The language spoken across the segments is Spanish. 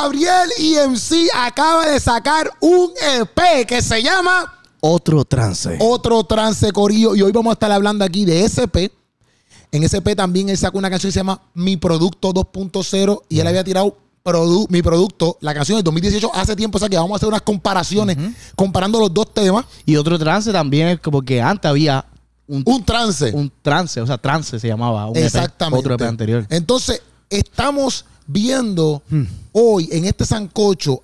Gabriel EMC acaba de sacar un EP que se llama Otro trance. Otro Trance Corillo. Y hoy vamos a estar hablando aquí de SP. En SP también él sacó una canción que se llama Mi Producto 2.0 y él había tirado produ- Mi Producto, la canción del 2018, hace tiempo. O sea que vamos a hacer unas comparaciones comparando los dos temas. Y otro trance también es como que antes había un, Un trance. un trance, o sea, trance se llamaba. un EP, Exactamente. otro EP anterior. Hmm. Entonces, estamos viendo hoy en este sancocho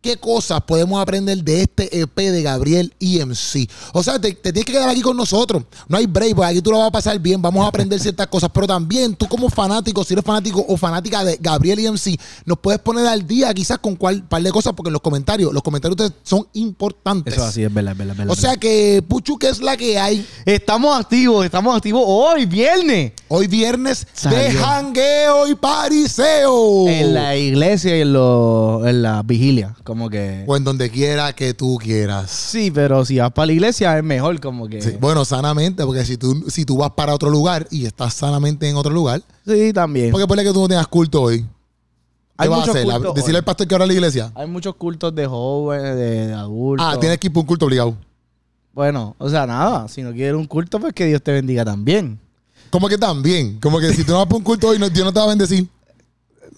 qué cosas podemos aprender de este EP de Gabriel EMC. O sea, te, te tienes que quedar aquí con nosotros. No hay break, porque aquí tú lo vas a pasar bien. Vamos a aprender ciertas cosas. Pero también tú como fanático, si eres fanático o fanática de Gabriel EMC, nos puedes poner al día quizás con cuál par de cosas, porque en los comentarios, los comentarios de ustedes son importantes. Eso así es verdad, es verdad, es verdad. O sea que Puchu, que es la que hay. estamos activos, estamos activos hoy, viernes. Hoy viernes de Salió. jangueo y pariseo. En la iglesia y en, los- en la vigilia, como que... O en donde quiera que tú quieras. Sí, pero si vas para la iglesia es mejor, como que... Sí, Sí, Bueno, sanamente, porque si tú, si tú vas para otro lugar y estás sanamente en otro lugar, también. porque puede que tú no tengas culto hoy. ¿Qué Hay vas a muchos hacer? ¿La- cultos ¿Decirle hoy. al pastor que ahora a la iglesia? Hay muchos cultos de jóvenes, de, de adultos. Ah, tienes que ir por un culto obligado. Bueno, o sea, nada. Si no quieres un culto, pues que Dios te bendiga también. Como que también. Como que si tú no vas por un culto hoy, no- Dios no te va a bendecir.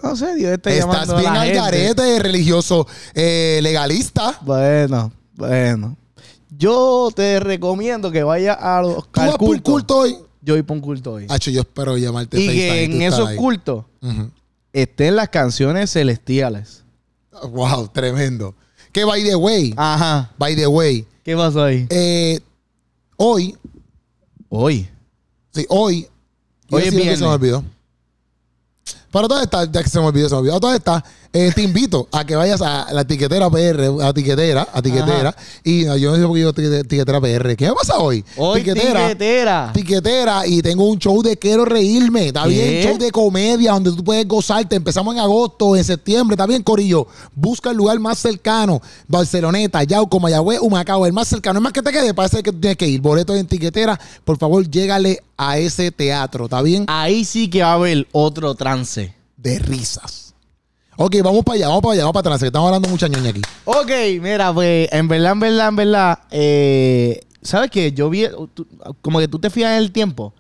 No sé, Dios está Estás llamando a bien la al gente. garete religioso eh, legalista. Bueno, bueno. Yo te recomiendo que vayas a los Tú al vas por un culto hoy. Yo voy para un culto hoy. Hacho, yo espero llamarte y FaceTime que tú en estás esos ahí. cultos Ujú. estén las canciones celestiales. Wow, tremendo. Que by the way, Ajá. by the way, ¿Qué pasó ahí? eh, hoy, Hoy. sí, hoy, iba a Hoy es decir algo que se me viernes. olvidó. Pero todo está, ya que se me olvidó, se me olvidó. Todo está, eh, te invito a que vayas a la tiquetera PR, a tiquetera, a tiquetera. Y no, yo no sé por qué yo tiquete- tiquetera PR. ¿Qué me pasa hoy? Hoy tiquetera. Tiquetera y tengo un show de Quiero Reírme, está ¿Qué? bien, show de comedia donde tú puedes gozarte. Empezamos en agosto, en septiembre, está bien, Corillo. Busca el lugar más cercano, Barceloneta, Yauco, Mayagüez, Humacao, el más cercano. Es más que te quede, parece que tú tienes que ir. Boletos en tiquetera, por favor, llégale a ese teatro, está bien, Ahí sí que va a haber otro trance. de risas. Ok, vamos para allá, vamos para allá, vamos para atrás, que estamos hablando mucha ñoña aquí. Ok, mira, pues, en verdad, en verdad, en verdad, eh, ¿sabes qué? Yo vi, tú- como que tú te fijas en el tiempo.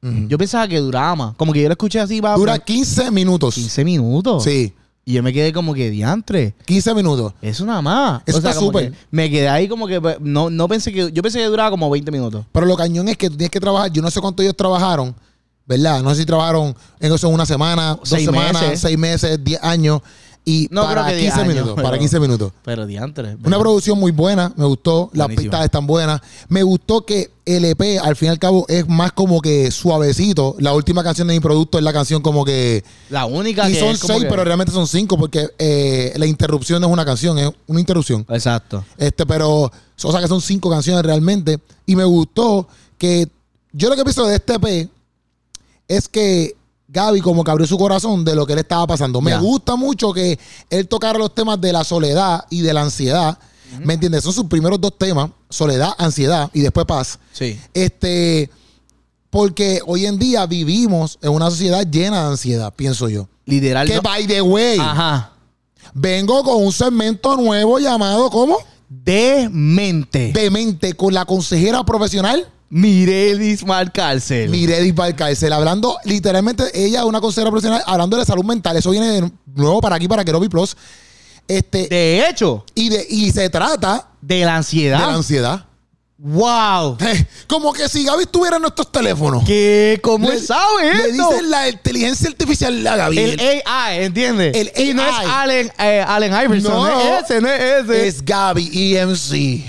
Yo pensaba que duraba más. Como que yo lo escuché así, va. Dura va- 15 minutos. 15 minutos. Sí, Y yo me quedé como que diantre. 15 minutos. Eso nada más. Eso está como súper. que Me quedé ahí como que pues, no, no pensé que. Yo pensé que duraba como 20 minutos. Pero lo cañón es que tú tienes que trabajar. Yo no sé cuánto ellos trabajaron, ¿verdad? No sé si trabajaron en eso una semana, dos Seis semanas, meses. seis meses, diez años. Y No para creo que diez 15 años, minutos. pero- Para 15 minutos. Pero diantre. Una producción muy buena, me gustó. Las Buenísima. pistas están buenas. Me gustó que el EP, al fin y al cabo, es más como que suavecito. La última canción de mi producto es la canción como que. La única Y que son es como seis, que- pero realmente son cinco, porque eh, la interrupción no es una canción, es una interrupción. Exacto. Este, pero, o sea que son cinco canciones realmente. Y me gustó que yo lo que pienso de este EP es que Gaby como que abrió su corazón de lo que le estaba pasando. Me Ya. gusta mucho que él tocara los temas de la soledad y de la ansiedad. ¿Me entiendes? Son sus primeros dos temas, soledad, ansiedad y después paz. Sí. Este, porque hoy en día vivimos en una sociedad llena de ansiedad, pienso yo. Literal. Que no- by the way, Ajá. vengo con un segmento nuevo llamado ¿cómo? Demente. demente con la consejera profesional Mirelis Marcárcel. Miredis Valcárcel, hablando literalmente ella es una consejera profesional hablando de salud mental. Eso viene de nuevo para aquí, para Kerobi Plus. Este, De hecho, y, de, y se trata de la ansiedad. de la ansiedad. ¡Wow! Como que si Gaby estuviera en nuestros teléfonos. ¿Qué? ¿Cómo Le- él sabe Le esto? dicen la inteligencia artificial a Gaby. el AI, ¿entiendes? El Y no es AI. Allen, eh, Allen Iverson. No. No. Es ese, no es ese. es Gaby E EMC.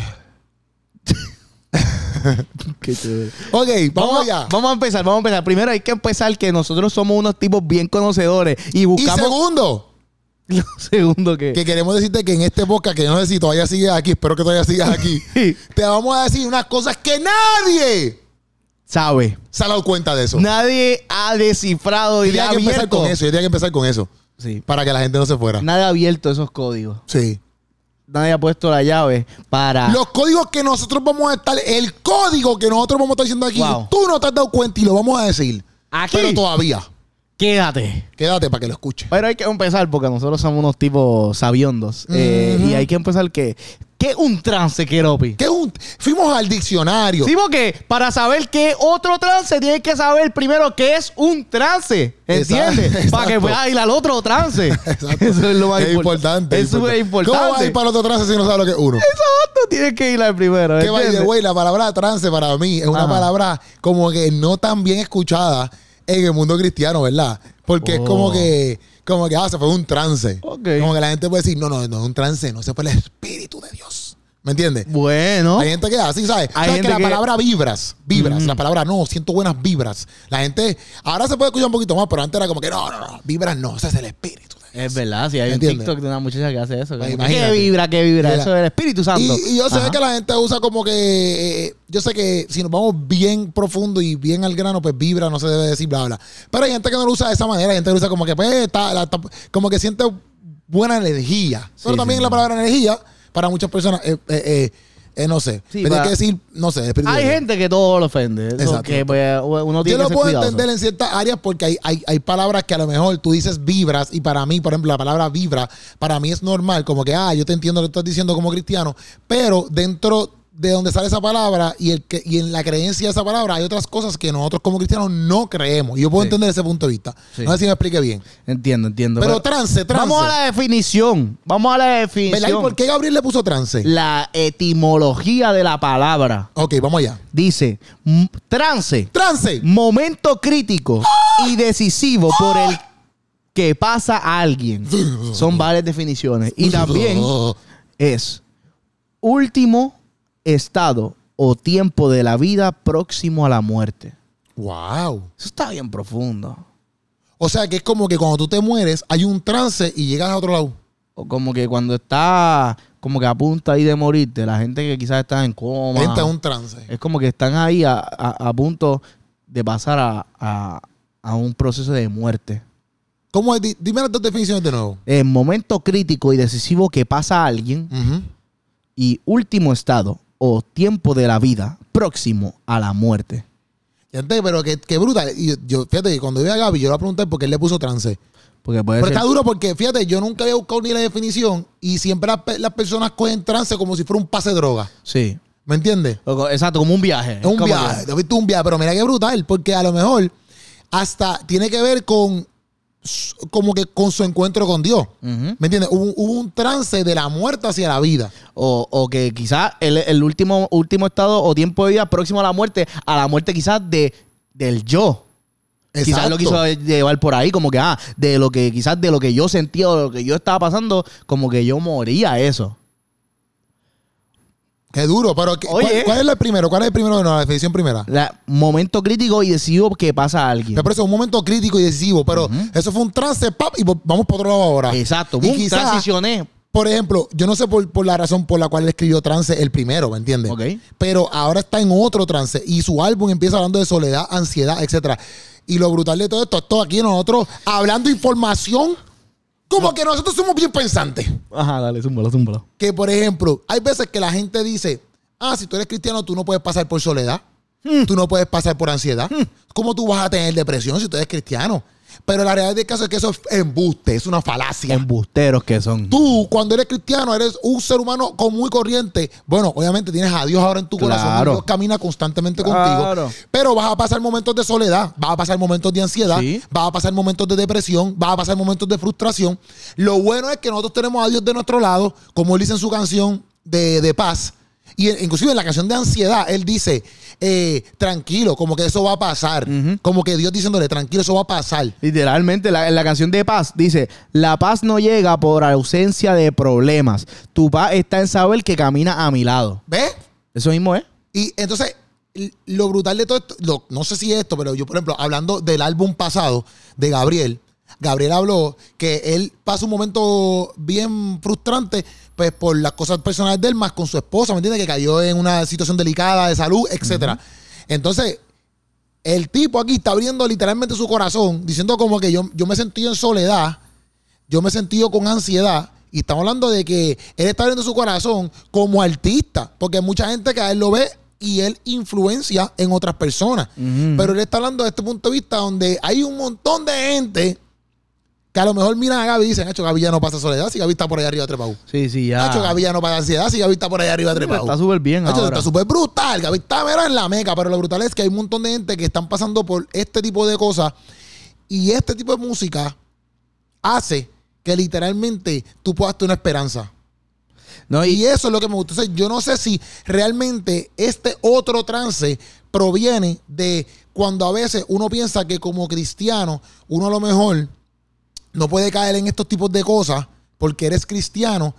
Ok, vamos, Vamos, allá. vamos a empezar, vamos a empezar. Primero hay que empezar que nosotros somos unos tipos bien conocedores y y buscamos... segundo, lo segundo que... que queremos decirte que en este podcast, que yo no sé si todavía sigues aquí, espero que todavía sigas aquí, te vamos a decir unas cosas que nadie ¿Sabe? se ha dado cuenta de eso. Nadie ha descifrado y Yo tenía ha que empezar abierto... con eso, yo tenía que empezar con eso, Sí. para que la gente no se fuera. Nadie ha abierto esos códigos. Sí. Nadie ha puesto la llave para... Los códigos que nosotros vamos a estar, el código que nosotros vamos a estar diciendo aquí, Wow. tú no te has dado cuenta y lo vamos a decir. Aquí. Pero todavía. Quédate. Quédate para que lo escuche. Pero hay que empezar porque nosotros somos unos tipos sabiondos. eh, Ujú. y hay que empezar que. ¿Qué es un trance, Keropi? ¿Qué es un- Fuimos al diccionario. Sí, porque para saber qué es otro trance, tienes que saber primero qué es un trance. ¿Entiendes? Exacto, Para que exacto. puedas ir al otro trance. Exacto. Eso es lo más Es importante. Es súper ¿Cómo va a importante. ir para el otro trance si no sabe lo que es uno? Tú tienes que ir al primero. Que by the ¿entiendes? way, la palabra trance para mí es una Ajá. palabra como que no tan bien escuchada en el mundo cristiano, ¿verdad? Porque es como Oh. que, como que, ah, se fue un trance. Ok. Como que la gente puede decir, no, no, no, un trance, no, se fue el Espíritu de Dios. ¿Me entiendes? Bueno. Hay gente que así, ¿sabes? Hay ¿Sabes que gente la que- palabra vibras, vibras, Mm. la palabra no, siento buenas vibras. La gente, ahora se puede escuchar un poquito más, pero antes era como que, no, no, no, vibras no, ese es el Espíritu de Dios. Es verdad, sí, hay un ¿Entiendes? TikTok de una muchacha que hace eso. que Ay, como que, ¿Qué imagínate. vibra, qué vibra? Mira. Eso es el Espíritu Santo. Y, y yo sé Ajá. que la gente usa como que. eh, yo sé que si nos vamos bien profundo y bien al grano, pues vibra, no se debe decir bla, bla. Pero hay gente que no lo usa de esa manera, hay gente que lo usa como que, pues, está- la- está- como que siente buena energía. Pero sí, también sí. la palabra energía, para muchas personas, eh, eh, eh, eh, no sé. Sí, Pero para- hay que decir, no sé, espíritu Hay de Dios. gente que todo lo ofende. Eso Exacto. que, pues, uno Yo tiene lo que ser puedo cuidadoso. entender en ciertas áreas porque hay, hay, hay palabras que a lo mejor tú dices vibras y para mí, por ejemplo, la palabra vibra, para mí es normal, como que, ah, yo te entiendo lo que estás diciendo como cristiano, pero dentro de donde sale esa palabra y, el que, y en la creencia de esa palabra hay otras cosas que nosotros como cristianos no creemos. Y yo puedo Sí. entender ese punto de vista. Sí. No sé si me explique bien. Entiendo, entiendo. Pero trance, trance. Pues Vamos a la definición. Vamos a la ¿Verdad? ¿Y definición. por qué Gabriel le puso trance? La etimología de la palabra Ok, vamos allá. dice "M- trance, ¡Trance! momento crítico y decisivo por el que pasa a alguien. Son varias definiciones. Y también es último estado o tiempo de la vida próximo a la muerte. ¡Wow! Eso está bien profundo. O sea que es como que cuando tú te mueres hay un trance y llegas a otro lado. O como que cuando está como que a punto ahí de morirte, la gente que quizás está en coma. Entra en un trance. Es como que están ahí a, a- a punto de pasar a, a- a un proceso de muerte. ¿Cómo es? Di- Dime las dos definiciones de nuevo. El momento crítico y decisivo que pasa a alguien Ujú. y último estado o tiempo de la vida próximo a la muerte. Ya entiendo, pero qué, qué brutal. Y yo, yo- fíjate, que cuando vi a Gaby, yo la pregunté porque él le puso trance. Porque puede Pero ser- está duro porque, fíjate, yo nunca había buscado ni la definición y siempre las, pe- las personas cogen trance como si fuera un pase de droga. Sí. ¿Me entiendes? O co- Exacto, como un viaje. Es un como viaje. Lo viste un viaje, pero mira qué brutal, porque a lo mejor hasta tiene que ver con su- como que con su encuentro con Dios. Ujú. ¿Me entiendes? Hubo, hubo un trance de la muerte hacia la vida. O, o que quizás el, el último, último estado o tiempo de vida próximo a la muerte, a la muerte quizás de, del yo. Quizás lo quiso llevar por ahí, como que, ah, de lo que, quizás de lo que yo sentía o de lo que yo estaba pasando, como que yo moría eso. Qué duro, pero ¿qué- ¿cuál, Oye. cuál es el primero? ¿Cuál es el primero? No, la definición primera. La- momento crítico y decisivo que pasa a alguien. Me parece un momento crítico y decisivo, pero eso fue un trance, pap, y vo- vamos para otro lado ahora. Exacto. Y boom, quizás, transicioné. por ejemplo, yo no sé por, por la razón por la cual él escribió trance el primero, ¿me entiendes? Ok. Pero ahora está en otro trance y su álbum empieza hablando de soledad, ansiedad, etcétera. Y lo brutal de todo esto, todo aquí nosotros hablando información como que nosotros somos bien pensantes. Ajá, dale, zúmbalo, zúmbalo. Que, por ejemplo, hay veces que la gente dice, ah, si tú eres cristiano, tú no puedes pasar por soledad, tú no puedes pasar por ansiedad. ¿Cómo tú vas a tener depresión si tú eres cristiano? Pero la realidad del caso es que eso es embuste, es una falacia. Embusteros que son. Tú, cuando eres cristiano, eres un ser humano común y corriente. Bueno, obviamente tienes a Dios ahora en tu corazón. Claro. y Dios camina constantemente Claro. contigo. Pero vas a pasar momentos de soledad, vas a pasar momentos de ansiedad, Sí. vas a pasar momentos de depresión, vas a pasar momentos de frustración. Lo bueno es que nosotros tenemos a Dios de nuestro lado, como él dice en su canción de, de paz. Y en- inclusive en la canción de ansiedad, él dice, eh, tranquilo, como que eso va a pasar. Como que Dios diciéndole, tranquilo, eso va a pasar. Literalmente, la, en la canción de paz dice: La paz no llega por ausencia de problemas. Tu paz está en saber que camina a mi lado. ¿Ves? Eso mismo es. Y entonces, l- lo brutal de todo esto, lo- no sé si esto, pero yo, por ejemplo, hablando del álbum pasado de Gabriel, Gabriel habló que él pasa un momento bien frustrante, pues por las cosas personales de él, más con su esposa, ¿me entiendes? Que cayó en una situación delicada de salud, etcétera. Entonces, el tipo aquí está abriendo literalmente su corazón, diciendo como que yo, yo me he sentido en soledad, yo me he sentido con ansiedad. Y estamos hablando de que él está abriendo su corazón como artista, porque hay mucha gente que a él lo ve y él influencia en otras personas. Ujú. Pero él está hablando de este punto de vista donde hay un montón de gente que a lo mejor miran a Gaby y dicen, hecho, Gaby ya no pasa soledad, si Gaby está por allá arriba trepado. Sí, sí, ya. Hacho, Gaby ya no pasa ansiedad, si Gaby está por allá arriba trepado. Está súper bien Hacho, ahora. está súper brutal. Gaby está mero en la meca, pero lo brutal es que hay un montón de gente que están pasando por este tipo de cosas y este tipo de música hace que literalmente tú puedas tener una esperanza. No, y- Y eso es lo que me gusta. Entonces, yo no sé si realmente este otro trance proviene de cuando a veces uno piensa que como cristiano, uno a lo mejor no puede caer en estos tipos de cosas porque eres cristiano.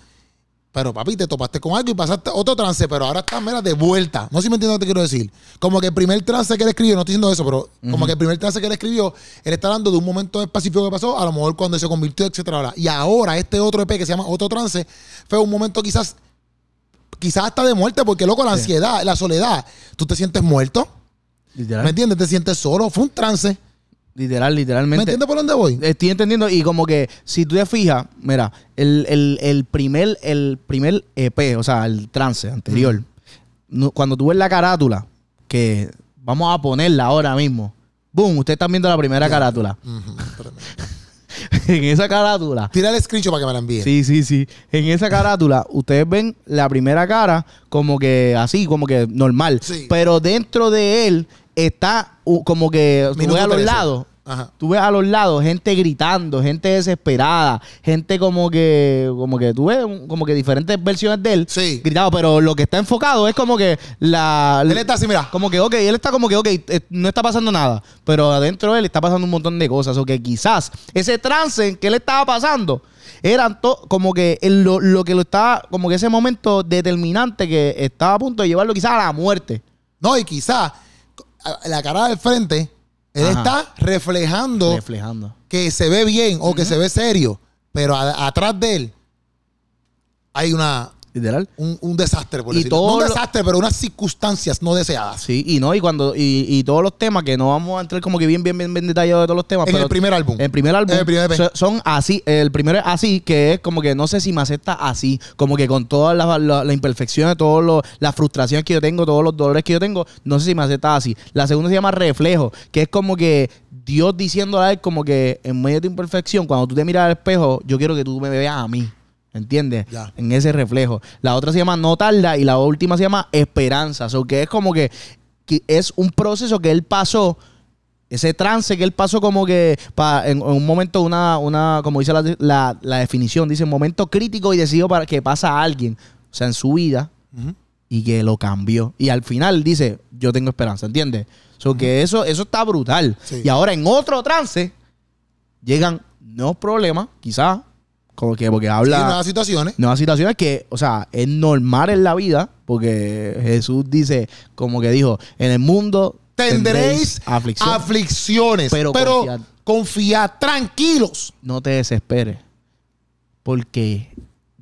Pero papi, te topaste con algo y pasaste otro trance, pero ahora estás mera de vuelta. No sé si me entiendes lo que te quiero decir. Como que el primer trance que él escribió, no estoy diciendo eso, pero como que el primer trance que él escribió, él está hablando de un momento específico que pasó, a lo mejor cuando se convirtió, etcétera. bla, bla. Y ahora este otro EP que se llama Otro Trance fue un momento quizás, quizás hasta de muerte, porque loco, la Sí. ansiedad, la soledad, tú te sientes muerto, literal, ¿me entiendes? Te sientes solo, fue un trance. literal, ¿Me literalmente. entiendes por dónde voy? Estoy entendiendo. Y como que, si tú te fijas, mira, el, el- el primer, el primer EP, o sea, el trance anterior, no- cuando tú ves la carátula, que vamos a ponerla ahora mismo. Boom, ustedes están viendo la primera carátula. Ujú, espérame. en esa carátula. Tira el screenshot para que me la envíe. Sí, sí, sí. En esa carátula, ustedes ven la primera cara como que así, como que normal. Sí. Pero dentro de él está uh, como que tú Minuto ves a los 13. lados. Ajá. Tú ves a los lados gente gritando, gente desesperada, gente como que, como que tú ves un- como que diferentes versiones de él Sí. gritado, pero lo que está enfocado es como que la, Él está así, mira. como que ok, él está como que ok, eh, no está pasando nada, pero adentro de él está pasando un montón de cosas, o que quizás ese trance que él estaba pasando eran to- como que el- lo, lo que lo estaba, como que ese momento determinante que estaba a punto de llevarlo quizás a la muerte. No, y quizás la cara del frente, él Ajá. está reflejando Reflejando. que se ve bien o que se ve serio, pero a- atrás de él hay una Literal. un, un desastre, por Y decirlo. todo No un lo- desastre, pero unas circunstancias no deseadas. Sí, y no, y cuando, y, y todos los temas que no vamos a entrar como que bien, bien, bien, bien detallado de todos los temas. En pero el primer álbum. El primer álbum. En el primer EP. so- son así. El primero es así, que es como que no sé si me acepta así. Como que con todas las, las- las imperfecciones, todas los- las frustraciones que yo tengo, todos los dolores que yo tengo, no sé si me acepta así. La segunda se llama Reflejo, que es como que Dios diciéndole a él como que en medio de tu imperfección, cuando tú te miras al espejo, yo quiero que tú me veas a mí. ¿Entiendes? Ya. En ese reflejo. La otra se llama No Tarda y la última se llama Esperanza. O que es como que, que es un proceso que él pasó ese trance que él pasó como que pa- en, en un momento, una, una, como dice la, la- la definición, dice un momento crítico y decidido para que pasa a alguien, o sea, en su vida, Ujú. y que lo cambió. Y al final dice, yo tengo esperanza, ¿entiendes? So que eso, eso está brutal. Sí. Y ahora en otro trance llegan nuevos problemas, quizás, como que porque Sí, habla nuevas situaciones. nuevas situaciones que, o sea, es normal en la vida, porque Jesús dice, como que dijo, en el mundo Tendréis aflicción. aflicciones. Pero, Pero confiad. confiad. tranquilos. no te desesperes, porque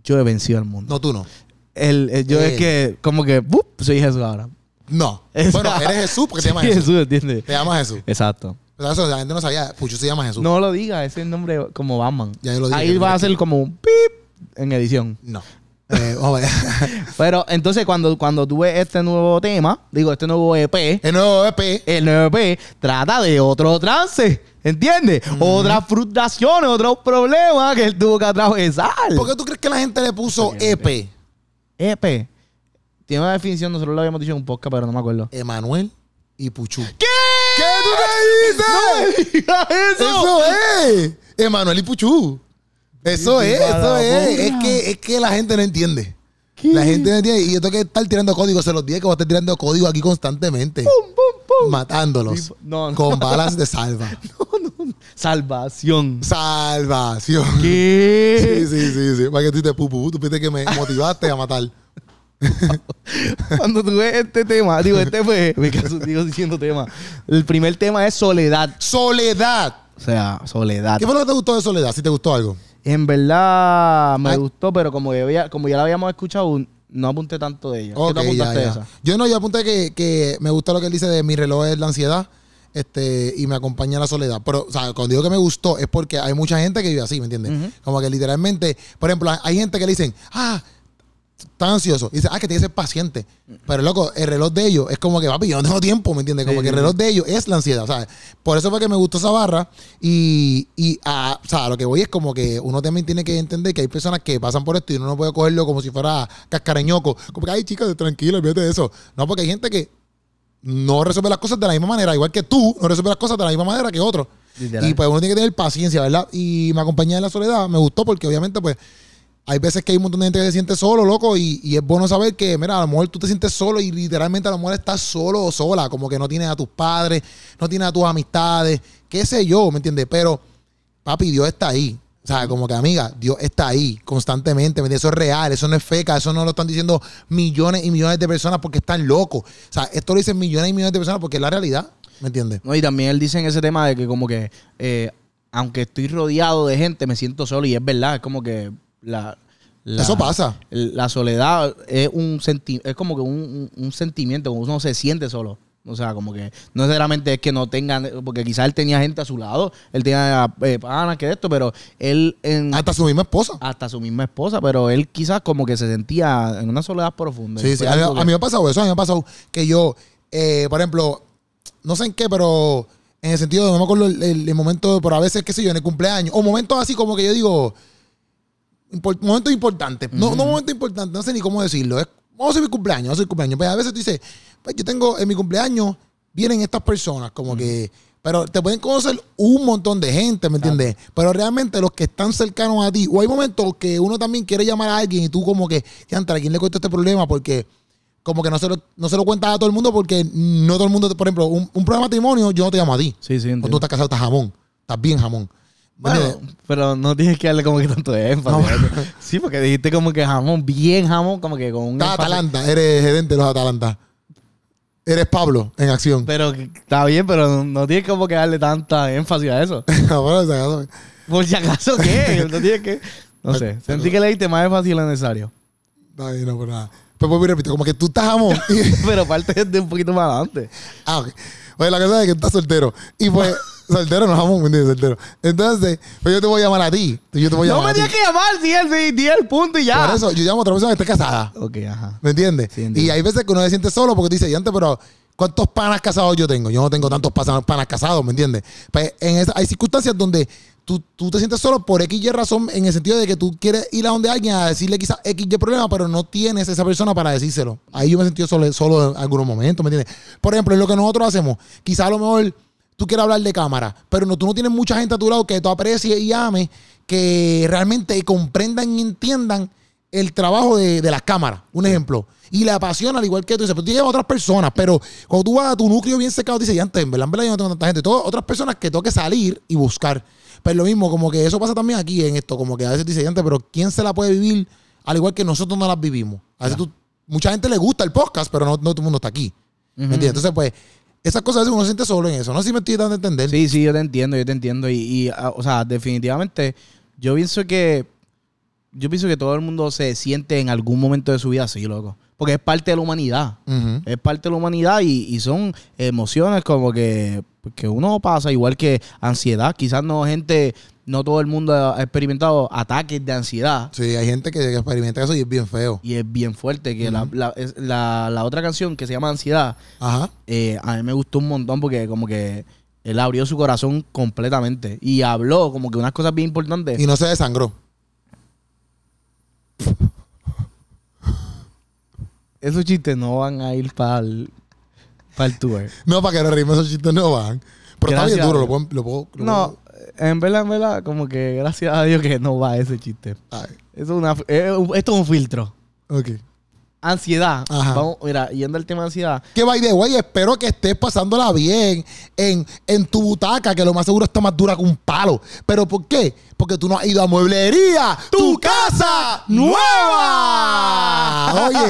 yo he vencido al mundo. No, tú no. El, el- yo Él. es que, como que, ¡bup! soy Jesús ahora. No. Exacto. Bueno, eres Jesús porque te llamas Sí, Jesús. ¿entiendes? Te llamas Jesús. Exacto. O sea, eso la gente no sabía. Pucho se llama Jesús. No. No lo digas, ese es el nombre como Batman. Ya yo lo dije, Ahí yo va lo a ser como un pip en edición. Eh, vamos a ver. Pero entonces cuando, cuando tú ves este nuevo tema, digo, este nuevo EP, El nuevo E EP. el nuevo EP trata de otro trance, ¿entiendes? Otras frustraciones, otros problemas que él tuvo que atravesar. ¿Por qué tú crees que la gente le puso E Porque no EP? EP. E Tiene una definición, nosotros lo habíamos dicho en un podcast, pero no me acuerdo. Emanuel y Puchu. ¿Qué? ¿Qué tú me dices? me digas Eso es. Emanuel y Puchu. Eso es, eso es. Es que, es que la gente no entiende. ¿Qué? La gente no entiende. Y yo tengo que estar tirando códigos. Se los dije que voy a estar tirando códigos aquí constantemente. Pum, pum, pum. Matándolos. No, no. Con balas de salva. Salvación. Salvación. Sí, ¿Qué? sí, sí, sí. Para que tú te pupu. Tú viste que me motivaste a matar. Cuando tú ves este tema, digo, este fue, me caso, digo diciendo tema. El primer tema es soledad. Soledad. O sea, soledad. ¿Qué fue lo que te gustó de Soledad? Si te gustó algo. En verdad me Ay. gustó, pero como ya, había- como ya la habíamos escuchado, no apunté tanto de ella. ¿Qué Ok, tú ya, apuntaste de ya. esa? Yo no, yo apunté que, que me gusta lo que él dice de mi reloj es la ansiedad este, y me acompaña la soledad. Pero, o sea, cuando digo que me gustó es porque hay mucha gente que vive así, ¿me entiendes? Como que literalmente, por ejemplo, hay gente que le dicen, ah, están ansiosos. Y dice, ah, que tiene que ser paciente. Pero loco, el reloj de ellos es como que, papi, yo no tengo tiempo, ¿me entiendes? Como Sí, que el sí. reloj de ellos es la ansiedad, ¿sabes? Por eso fue que me gustó esa barra. Y, y ah, o sea, lo que voy es como que uno también tiene que entender que hay personas que pasan por esto y uno no puede cogerlo como si fuera cascareñoco. Como que, ay, chicas, tranquilo, olvídate de eso. No, porque hay gente que no resuelve las cosas de la misma manera, igual que tú no resuelves las cosas de la misma manera que otro. Literal. Y pues uno tiene que tener paciencia, ¿verdad? Y me acompañé en la soledad, me gustó porque obviamente pues hay veces que hay un montón de gente que se siente solo, loco, y, y es bueno saber que, mira, a lo mejor tú te sientes solo y literalmente a lo mejor estás solo o sola, como que no tienes a tus padres, no tienes a tus amistades, qué sé yo, ¿me entiendes? Pero, papi, Dios está ahí. O sea, como que amiga, Dios está ahí constantemente, ¿me entiendes? Eso es real, eso no es feca, eso no lo están diciendo millones y millones de personas porque están locos. O sea, esto lo dicen millones y millones de personas porque es la realidad, ¿me entiendes? No, y también él dice en ese tema de que como que eh, aunque estoy rodeado de gente, me siento solo y es verdad, es como que la... la- Eso pasa. el- La soledad es un senti es como que un, un- un sentimiento, como uno se siente solo. O sea, como que no necesariamente es que no tengan, porque quizás él tenía gente a su lado, él tenía eh, panas que de esto, pero él en, Hasta su misma esposa. hasta su misma esposa, pero él quizás como que se sentía en una soledad profunda. Sí, sí. A, mí- a mí me ha pasado eso. A mí me ha pasado que yo, eh, por ejemplo, no sé en qué, pero en el sentido de no me acuerdo el, el- el momento, pero a veces, qué sé yo, en el cumpleaños, o momentos así como que yo digo, impor- momentos importantes. No, no momentos importantes, no sé ni cómo decirlo. Es, vamos a hacer mi cumpleaños, vamos a hacer mi cumpleaños. Pues a veces tú dices, pues yo tengo, en mi cumpleaños vienen estas personas, como que. Pero te pueden conocer un montón de gente, ¿me entiendes? Pero realmente los que están cercanos a ti, o hay momentos que uno también quiere llamar a alguien y tú como que, "Diantre, ¿a quién le cuesta este problema? Porque como que no se lo, no se lo cuentas a todo el mundo porque no todo el mundo, por ejemplo, un, un programa de matrimonio, yo no te llamo a ti. Sí, Cuando sí, tú entiendo. estás casado, estás jamón. Estás bien jamón. ¿Me Bueno, entiendes? pero no tienes que darle como que tanto énfasis. Sí, porque dijiste como que jamón, bien jamón, como que con un Estás énfasis. Atalanta, eres gerente de los Atalanta. Eres Pablo en acción. Pero que- está bien, pero no tienes como que darle tanta énfasis a eso. Bueno, se acabó. Por si acaso, ¿qué? No tienes que... No sé, sentí que le diste más énfasis de lo necesario. No, y no, pues nada. Pues vuelvo y repito, como que tú estás jamón. Y- Pero parte de un poquito más adelante. ah, ok. Oye, la cosa es que estás soltero. Y pues, soltero no jamón, ¿me entiendes? Soltero. Entonces, pues yo te voy a llamar a ti. Yo te voy a No llamar me a ti. tienes que llamar, di el, di- di el punto y ya. Por eso, yo llamo a otra persona que esté casada. Ok, ajá. ¿Me entiendes? Sí, entiendo. y hay veces que uno se siente solo porque dice, y antes, pero ¿cuántos panas casados yo tengo? Yo no tengo tantos pas- panas casados, ¿me entiendes? Pues en esa- hay circunstancias donde tú, tú te sientes solo por X y razón en el sentido de que tú quieres ir a donde alguien a decirle quizás X y problema, pero no tienes esa persona para decírselo. Ahí yo me he sentido solo, solo en algunos momentos, ¿me entiendes? Por ejemplo, es lo que nosotros hacemos. Quizás a lo mejor tú quieres hablar de cámara, pero no, tú no tienes mucha gente a tu lado que tú aprecies y ames, que realmente comprendan y entiendan el trabajo de, de las cámaras, un ejemplo, y le apasiona al igual que tú dices, pero tú llevas a otras personas, pero cuando tú vas a tu núcleo bien secado, dices, ya antes, en verdad, en verdad yo no tengo tanta gente, Todo- otras personas que tengo que salir y buscar. Pero lo mismo, como que eso pasa también aquí en esto, como que a veces dices, ya antes, pero ¿quién se la puede vivir al igual que nosotros no las vivimos? A veces tú- mucha gente le gusta el podcast, pero no, no todo el mundo está aquí. ¿Me entiendes? Entonces, pues, esas cosas a veces uno se siente solo en eso. No sé si me estoy dando a entender. Sí, sí, yo te entiendo, yo te entiendo. Y, y, ah, o sea, definitivamente, yo pienso que. Yo pienso que todo el mundo se siente en algún momento de su vida así, loco. Porque es parte de la humanidad. Ujú. Es parte de la humanidad y, y son emociones como que, que uno pasa, igual que ansiedad. Quizás no gente, no todo el mundo ha experimentado ataques de ansiedad. Sí, hay gente que experimenta eso y es bien feo. Y es bien fuerte. Que la- la, es- la- la otra canción que se llama Ansiedad, Ajá. eh, a mí me gustó un montón porque como que él abrió su corazón completamente y habló como que unas cosas bien importantes. Y no se desangró. Esos chistes no van a ir para el, tour. No, para que no rimos esos chistes no van. Pero está bien Gracias, duro, lo Dios. puedo. Lo puedo lo No, puedo- en verdad, en verdad, como que gracias a Dios que no va ese chiste. Ay, Eso es una, eh, un- esto es un filtro. ok. Ansiedad. Ajá. Vamos, mira, yendo al tema de ansiedad. Que by the way, espero que estés pasándola bien en, en tu butaca, que lo más seguro está más dura que un palo. ¿Pero por qué? Porque tú no has ido a mueblería. ¡Tu, casa nueva! Oye,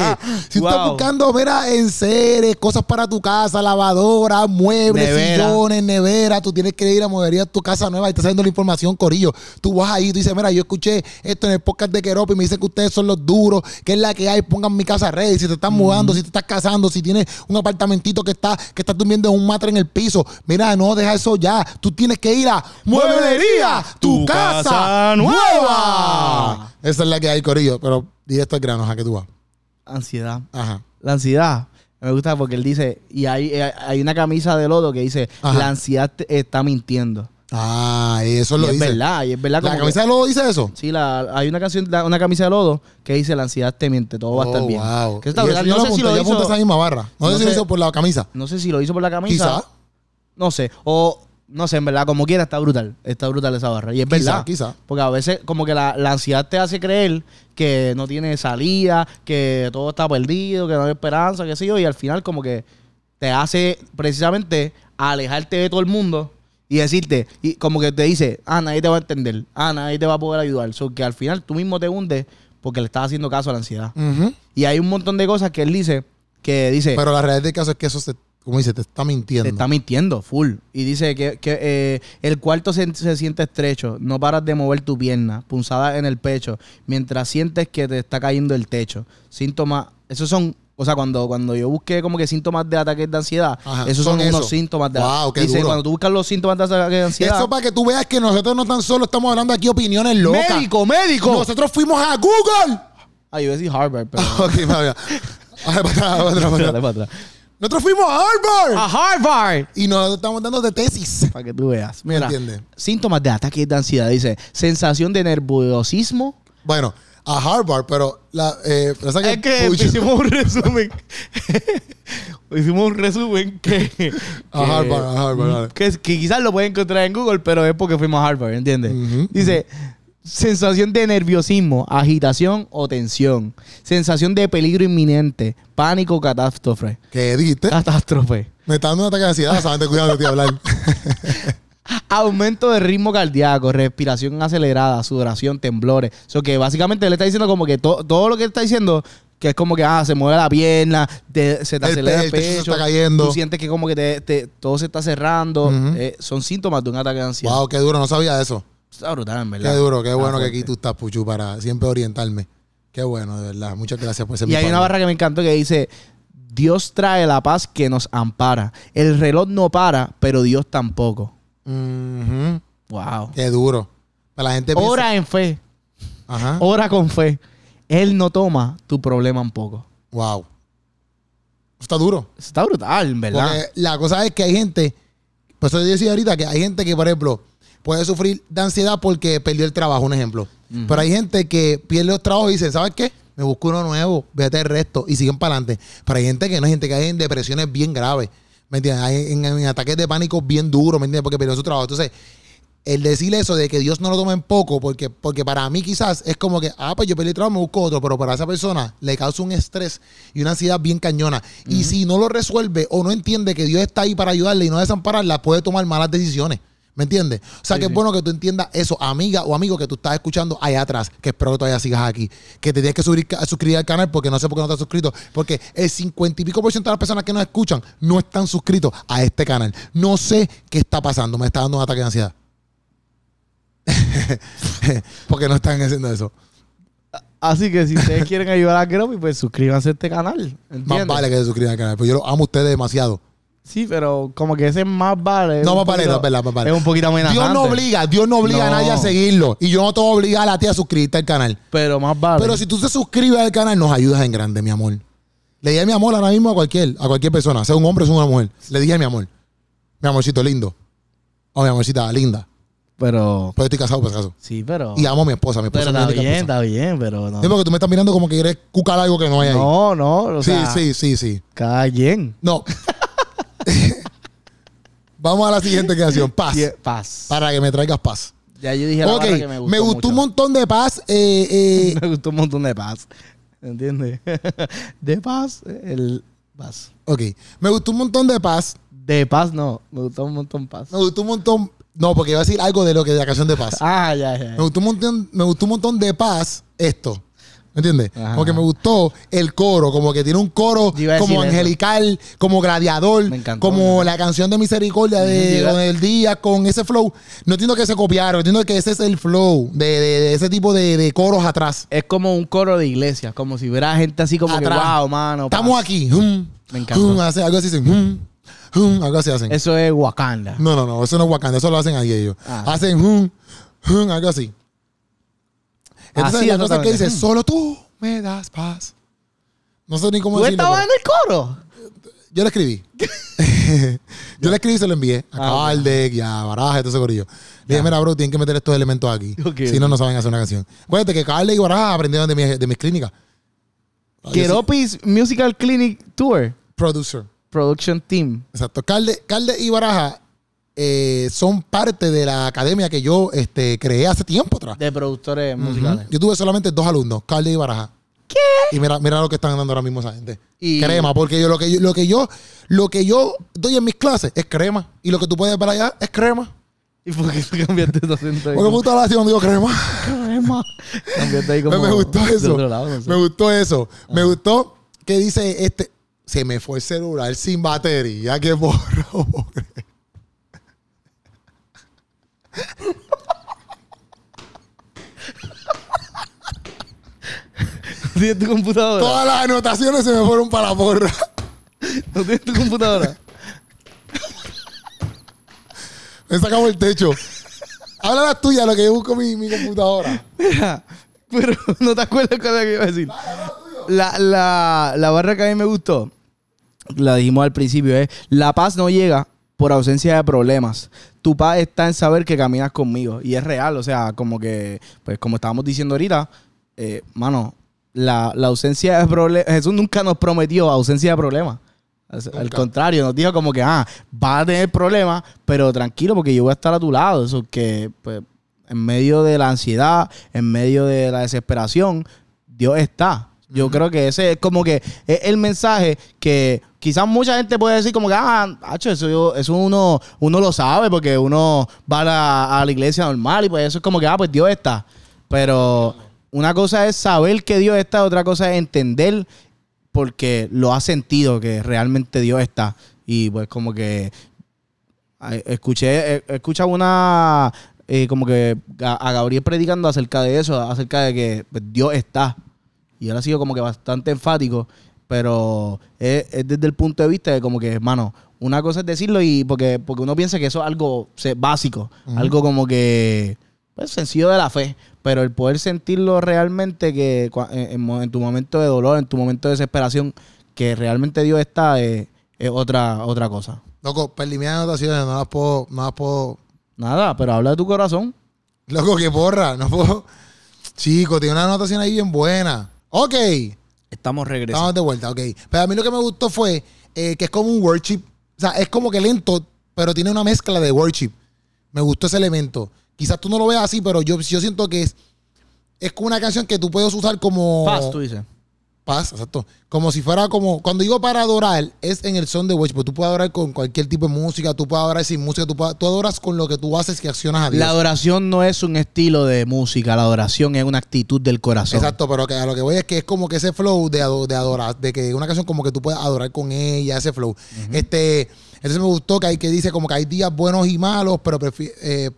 si estás Wow. buscando, mira, enseres, cosas para tu casa, lavadora, muebles, Nevera. sillones, nevera, tú tienes que ir a mueblería a tu casa nueva y te está saliendo la información, Corillo. Tú vas ahí, tú dices, mira, yo escuché esto en el podcast de Queropi y me dicen que ustedes son los duros, que es la que hay, pongan mi casa ready, si te estás mudando, si te estás casando, si tienes un apartamentito que está, que estás durmiendo en un matre en el piso, mira, no, deja eso ya. Tú tienes que ir a mueblería, tu, Tu casa, casa nueva. nueva. Esa es la que hay, Corillo, pero di esto es grano, ¿a que tú vas? ansiedad. Ajá. La ansiedad. Me gusta porque él dice, y hay, eh, hay una camisa de lodo que dice, Ajá. la ansiedad te- está mintiendo. Ah, eso Y lo es dice. verdad, y es verdad. ¿La como camisa de lobo dice eso? que- sí, la, hay una canción, la- una camisa de lodo que dice, la ansiedad te miente, todo va a estar Oh, bien. wow. Que está Y brutal. eso yo no, lo sé si apunté, lo yo apunté esa hizo, misma barra. No, no sé si lo sé. hizo por la camisa. no sé si lo hizo por la camisa. Quizá. No sé. O, no sé, en verdad, como quiera, está brutal. Está brutal esa barra. Y es Quizá, verdad. quizá. Porque a veces como que la, la ansiedad te hace creer que no tiene salida, que todo está perdido, que no hay esperanza, qué sé yo, y al final como que te hace precisamente alejarte de todo el mundo y decirte, y como que te dice, ah, nadie te va a entender, ah, nadie te va a poder ayudar, so, que al final tú mismo te hundes porque le estás haciendo caso a la ansiedad. Ujú. Y hay un montón de cosas que él dice, que dice, Pero la realidad del caso es que eso, se, como dice, te está mintiendo. te está mintiendo, full. Y dice que, que, eh, el cuarto se, se siente estrecho. No paras de mover tu pierna, punzada en el pecho, mientras sientes que te está cayendo el techo. Síntomas, esos son, o sea, cuando, cuando yo busqué como que síntomas de ataques de ansiedad, Ajá, esos son, son unos esos. síntomas de Guau, qué Dice, duro. cuando tú buscas los síntomas de ataques de ansiedad. Eso para que tú veas que nosotros no tan solo estamos hablando aquí opiniones locas. médico, médico. Nosotros fuimos a Google. Ah, yo iba a decir Harvard, pero. ok, vaya. Ay, para atrás, para atrás, para Espérate, Ah. atrás. para atrás. Nosotros fuimos a Harvard. A Harvard. Y nos estamos dando de tesis. Para que tú veas. ¿Me Mira, entiendes? síntomas de ataques de ansiedad. Dice, sensación de nerviosismo, Bueno, a Harvard, pero la. Eh, pasa que- Es que Pucho. hicimos un resumen. hicimos un resumen que. que- A Harvard, a Harvard, dale. Que, que quizás lo pueden encontrar en Google, pero es porque fuimos a Harvard, ¿entiendes? Ujú, Dice. Sensación de nerviosismo, agitación o tensión. Sensación de peligro inminente, pánico, catástrofe. ¿Qué dijiste? Ah. Catástrofe. Me está dando un ataque de ansiedad, solamente cuidado de ti hablar. Aumento de ritmo cardíaco, respiración acelerada, sudoración, temblores. Eso que básicamente le está diciendo como que to- todo lo que está diciendo, que es como que ah, se mueve la pierna, te- se te El acelera pe- el el pecho pecho, se está cayendo. Tú sientes que como que te- te- todo se está cerrando. Ujú. Eh, son síntomas de un ataque de ansiedad. wow, qué duro, no sabía eso. Está brutal, en verdad. Qué duro, qué Está bueno que fuerte. aquí tú estás, Puchu, para siempre orientarme. Qué bueno, de verdad. Muchas gracias por ser Y mi hay una pana. barra que me encantó que dice, Dios trae la paz que nos ampara. El reloj no para, pero Dios tampoco. Ujú, Wow. Qué duro. Para la gente piensa- Ora en fe. Ajá. Ora con fe. Él no toma tu problema un poco. Wow. Está duro. Eso Está brutal, en ¿verdad? Porque la cosa es que hay gente, por eso yo decía ahorita que hay gente que, por ejemplo, puede sufrir de ansiedad porque perdió el trabajo, un ejemplo. Pero hay gente que pierde los trabajos y dice, ¿sabes qué? Me busco uno nuevo, vete el resto y siguen para adelante. Pero hay gente que no, hay gente que hay en depresiones bien graves, ¿me entiendes? Hay en, en ataques de pánico bien duros, ¿me entiendes? Porque perdió su trabajo. Entonces, el decir eso de que Dios no lo tome en poco, porque, porque para mí quizás es como que, ah, pues yo perdí el trabajo, me busco otro, pero para esa persona le causa un estrés y una ansiedad bien cañona. Y si no lo resuelve o no entiende que Dios está ahí para ayudarle y no desampararla, puede tomar malas decisiones. ¿Me entiendes? O sea, Sí, que sí. es bueno que tú entiendas eso, amiga o amigo que tú estás escuchando allá atrás, que espero que todavía sigas aquí, que te tienes que subir- suscribir al canal porque no sé por qué no estás suscrito, porque el 50 y pico por ciento de las personas que nos escuchan no están suscritos a este canal. No sé qué está pasando, me está dando un ataque de ansiedad. porque no están haciendo eso. Así que si ustedes quieren ayudar a Gromi, pues suscríbanse a este canal. ¿Entiendes? Más vale que se suscriban al canal, porque yo los amo a ustedes demasiado. Sí, pero como que ese más vale. es No, un más vale, poquito- no, es verdad, más vale. Es un poquito amenazante. Dios no obliga, Dios no obliga a No. nadie a seguirlo. Y yo no te voy a obligar a ti a suscribirte al canal. Pero más vale. Pero si tú te suscribes al canal, nos ayudas en grande, mi amor. Le dije mi amor ahora mismo a cualquier, a cualquier persona, sea un hombre o sea una mujer. Le dije mi amor. Mi amorcito lindo. O mi amorcita linda. Pero- Pero yo estoy casado por si acaso. Sí, pero. Y pues, amo a mi esposa. Mi esposa pero es mi está única bien, esposa. está bien, pero no. Sí, porque tú me estás mirando como que quieres cucar algo que no hay ahí. No, no. O sí, sea, sí, sí, sí. Cada quien. No. Vamos a la siguiente creación. Paz. Sí, Paz. Para que me traigas paz. Ya yo dije la Ok, barra que me me gustó. gustó, un mucho. montón de paz. eh, eh, Me gustó un montón de paz. ¿Entiendes? De paz, el. Paz. ok, me gustó un montón de paz. De paz no. Me gustó un montón paz. Me gustó un montón. No, porque iba a decir algo de lo que de la canción de paz. Ah, ya, ya. Me gustó un montón, me gustó un montón de paz esto. ¿Me entiendes? Ajá. Porque me gustó el coro, como que tiene un coro Yo iba a como decir eso. angelical, como gladiador, Me encantó, como me la canción de misericordia Ujú, yo de iba- Donel Díaz con ese flow. No entiendo que se copiaron, entiendo que ese es el flow de, de- de ese tipo de, de coros atrás. Es como un coro de iglesia, como si hubiera gente así como que, Atrás. wow, mano. Estamos paz". aquí. hum, Me encantó. hum, hace- algo así hacen. hum, hum, algo así hacen. Eso es Wakanda. No, no, no, eso no es Wakanda, eso lo hacen ahí ellos. Ah. Hacen hum, hum, algo así. Entonces Así la cosa es que exactamente. dice, Mm. solo tú me das paz. No sé ni cómo ¿Tú decirlo. estabas en pero- el coro? Yo le escribí. yo le escribí y se lo envié. A Ah, ok. Kardec y a Baraja, todo ese corillo. Le dije, mira, bro, tienen que meter estos elementos aquí. Ok. Si no, no saben hacer una canción. Acuérdate que Kardec y Baraja aprendieron de, mi- de mis clínicas. Yo soy Keropis Musical Clinic Tour Producer. Production Team. Exacto. Calde, Calde y Baraja eh, son parte de la academia que yo este, creé hace tiempo atrás. De productores Ujú. Yo tuve solamente dos alumnos, Calde y Baraja. ¿Qué? Y mira, mira lo que están dando ahora mismo esa gente. Y- Crema, porque yo lo que yo, lo que yo, lo que yo doy en mis clases es crema. Y lo que tú puedes ver allá es crema. ¿Y por qué tú cambiaste tu acento ahí? Porque como- puta la cuando digo crema. Crema. Cambiaste ahí Me- como me gustó de eso. otro lado, no sé. Me gustó eso. Me gustó que dice este. Se me fue el celular sin batería, que borro. ¿Tienes tu computadora? Todas las anotaciones se me fueron para la porra. ¿No tienes tu computadora? Me sacamos el techo. Habla la tuya, lo que yo busco mi, mi computadora. Mira, pero no te acuerdas cuál es la que iba a decir. La, la, la barra que a mí me gustó, la dijimos al principio, es la paz no llega por ausencia de problemas. Tu paz está en saber que caminas conmigo. Y es real, o sea, como que, pues como estábamos diciendo ahorita, eh, mano, la, la ausencia de problemas, Jesús nunca nos prometió ausencia de problemas. Al- Al Nunca. contrario, nos dijo como que, ah, vas a tener problemas, pero tranquilo porque yo voy a estar a tu lado. Eso que, pues, en medio de la ansiedad, en medio de la desesperación, Dios está. Yo creo que ese es como que es el mensaje que quizás mucha gente puede decir como que, ah, hacho, eso, yo- eso uno, uno lo sabe porque uno va a la, a la iglesia normal y pues eso es como que, ah, pues Dios está. Pero una cosa es saber que Dios está, otra cosa es entender porque lo has sentido que realmente Dios está. Y pues como que ay, escuché, eh, escucha una eh, como que a, a Gabriel predicando acerca de eso, acerca de que pues, Dios está. Y él ha sido como que bastante enfático, pero es, es desde el punto de vista de como que, hermano, una cosa es decirlo y porque, porque uno piensa que eso es algo se- básico, Ujú. algo como que pues, sencillo de la fe, pero el poder sentirlo realmente que cua- en, en mo- en tu momento de dolor, en tu momento de desesperación, que realmente Dios está, eh, es otra, otra cosa. Loco, perdí mis anotaciones, no las puedo, no las puedo. Nada, pero habla de tu corazón. Loco, qué porra, no puedo. Chico, tiene una anotación ahí bien buena. Ok, Estamos regresando. estamos de vuelta, ok. Pero a mí lo que me gustó fue eh, que es como un worship. O sea, es como que lento, pero tiene una mezcla de worship. Me gustó ese elemento. Quizás tú no lo veas así, pero yo, yo siento que es, es como una canción que tú puedes usar como. Paz, tú dices. Paz, exacto. Como si fuera como. Cuando digo para adorar, es en el son de worship. Tú puedes adorar con cualquier tipo de música, tú puedes adorar sin música, tú, puedes- tú adoras con lo que tú haces que accionas a Dios. La adoración no es un estilo de música, la adoración es una actitud del corazón. Exacto, pero que a lo que voy es que es como que ese flow de, ado- de adorar, de que una canción como que tú puedes adorar con ella, ese flow. Este, entonces me gustó que hay que dice como que hay días buenos y malos, pero prefi- eh,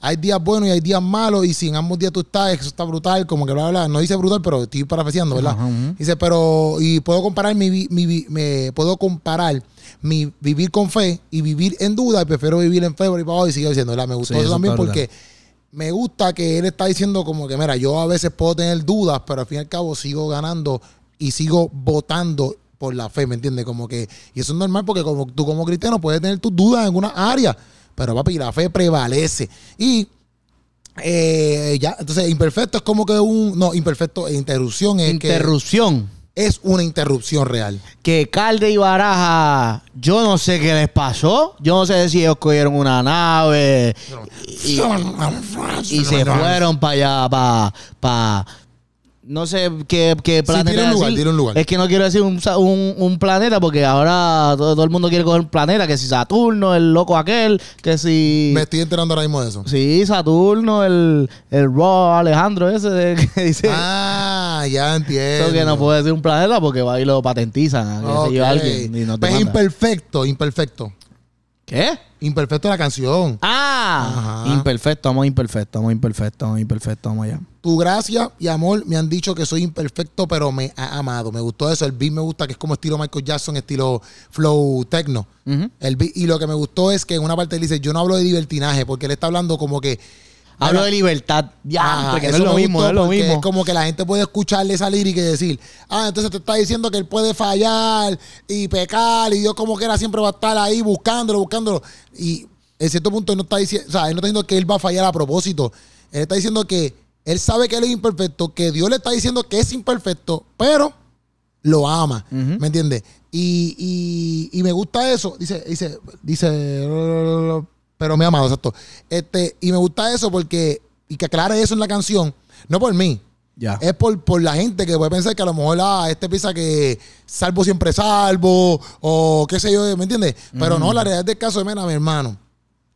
hay días buenos y hay días malos, y si en ambos días tú estás, eso está brutal, como que bla, bla, bla. No dice brutal, pero estoy parafraseando, ¿verdad? Ajá, ujú. Dice, pero, y puedo comparar mi, vi- mi vi- me- puedo comparar mi vivir con fe y vivir en duda, y prefiero vivir en fe, y y sigue diciendo, ¿verdad? Me gustó Sí, eso eso también está brutal. porque me gusta que él está diciendo como que, mira, yo a veces puedo tener dudas, pero al fin y al cabo sigo ganando y sigo votando por la fe, ¿me entiendes? Como que, y eso es normal porque como tú como cristiano puedes tener tus dudas en alguna área, pero papi, la fe prevalece. Y eh, ya, entonces, imperfecto es como que un, no, imperfecto, e interrupción es Interrupción. que es una interrupción real. Que Calde y Baraja, yo no sé qué les pasó. Yo no sé si ellos cogieron una nave y, y- y se fueron para allá, para... no sé qué, qué planeta. dile un lugar, decir. dile un lugar. Es que no quiero decir un, sa- un- un planeta porque ahora todo, todo el mundo quiere coger un planeta. Que si Saturno, el loco aquel, que si. Me estoy enterando ahora mismo de eso. Sí, Saturno, el, el Raw Alejandro ese de- que dice Ah, ya entiendo. eso que no puede ser un planeta porque va y lo patentizan. que se lleva Ok. alguien y no te Pues manda. imperfecto, imperfecto. ¿Qué? Imperfecto la canción. Ah, Ajá. imperfecto, vamos imperfecto, vamos imperfecto, vamos imperfecto, vamos allá. Tu gracia y amor me han dicho que soy imperfecto, pero me ha amado. Me gustó eso. El beat me gusta, que es como estilo Michael Jackson, estilo flow techno. Ujú. El beat- y lo que me gustó es que en una parte él dice, yo no hablo de libertinaje, porque él está hablando como que Hablo de libertad. Ya, Ajá, porque no Ah, eso es lo me mismo, no gustó es lo porque mismo. Es como que la gente puede escucharle esa lírica y decir, ah, entonces te está diciendo que él puede fallar y pecar y Dios como que era siempre va a estar ahí buscándolo, buscándolo. Y en cierto punto él no está diciendo, o sea, él no está diciendo que él va a fallar a propósito. Él está diciendo que él sabe que él es imperfecto, que Dios le está diciendo que es imperfecto, pero lo ama, Ujú. ¿me entiendes? Y, y- y me gusta eso, dice, dice, dice, pero me ha amado, exacto. Este, y me gusta eso porque, y que aclare eso en la canción, no por mí, Ya. es por, por la gente que puede pensar que a lo mejor, ah, este piensa que salvo siempre salvo, o qué sé yo, ¿me entiendes? Pero no, la realidad del caso es, mira, mi hermano,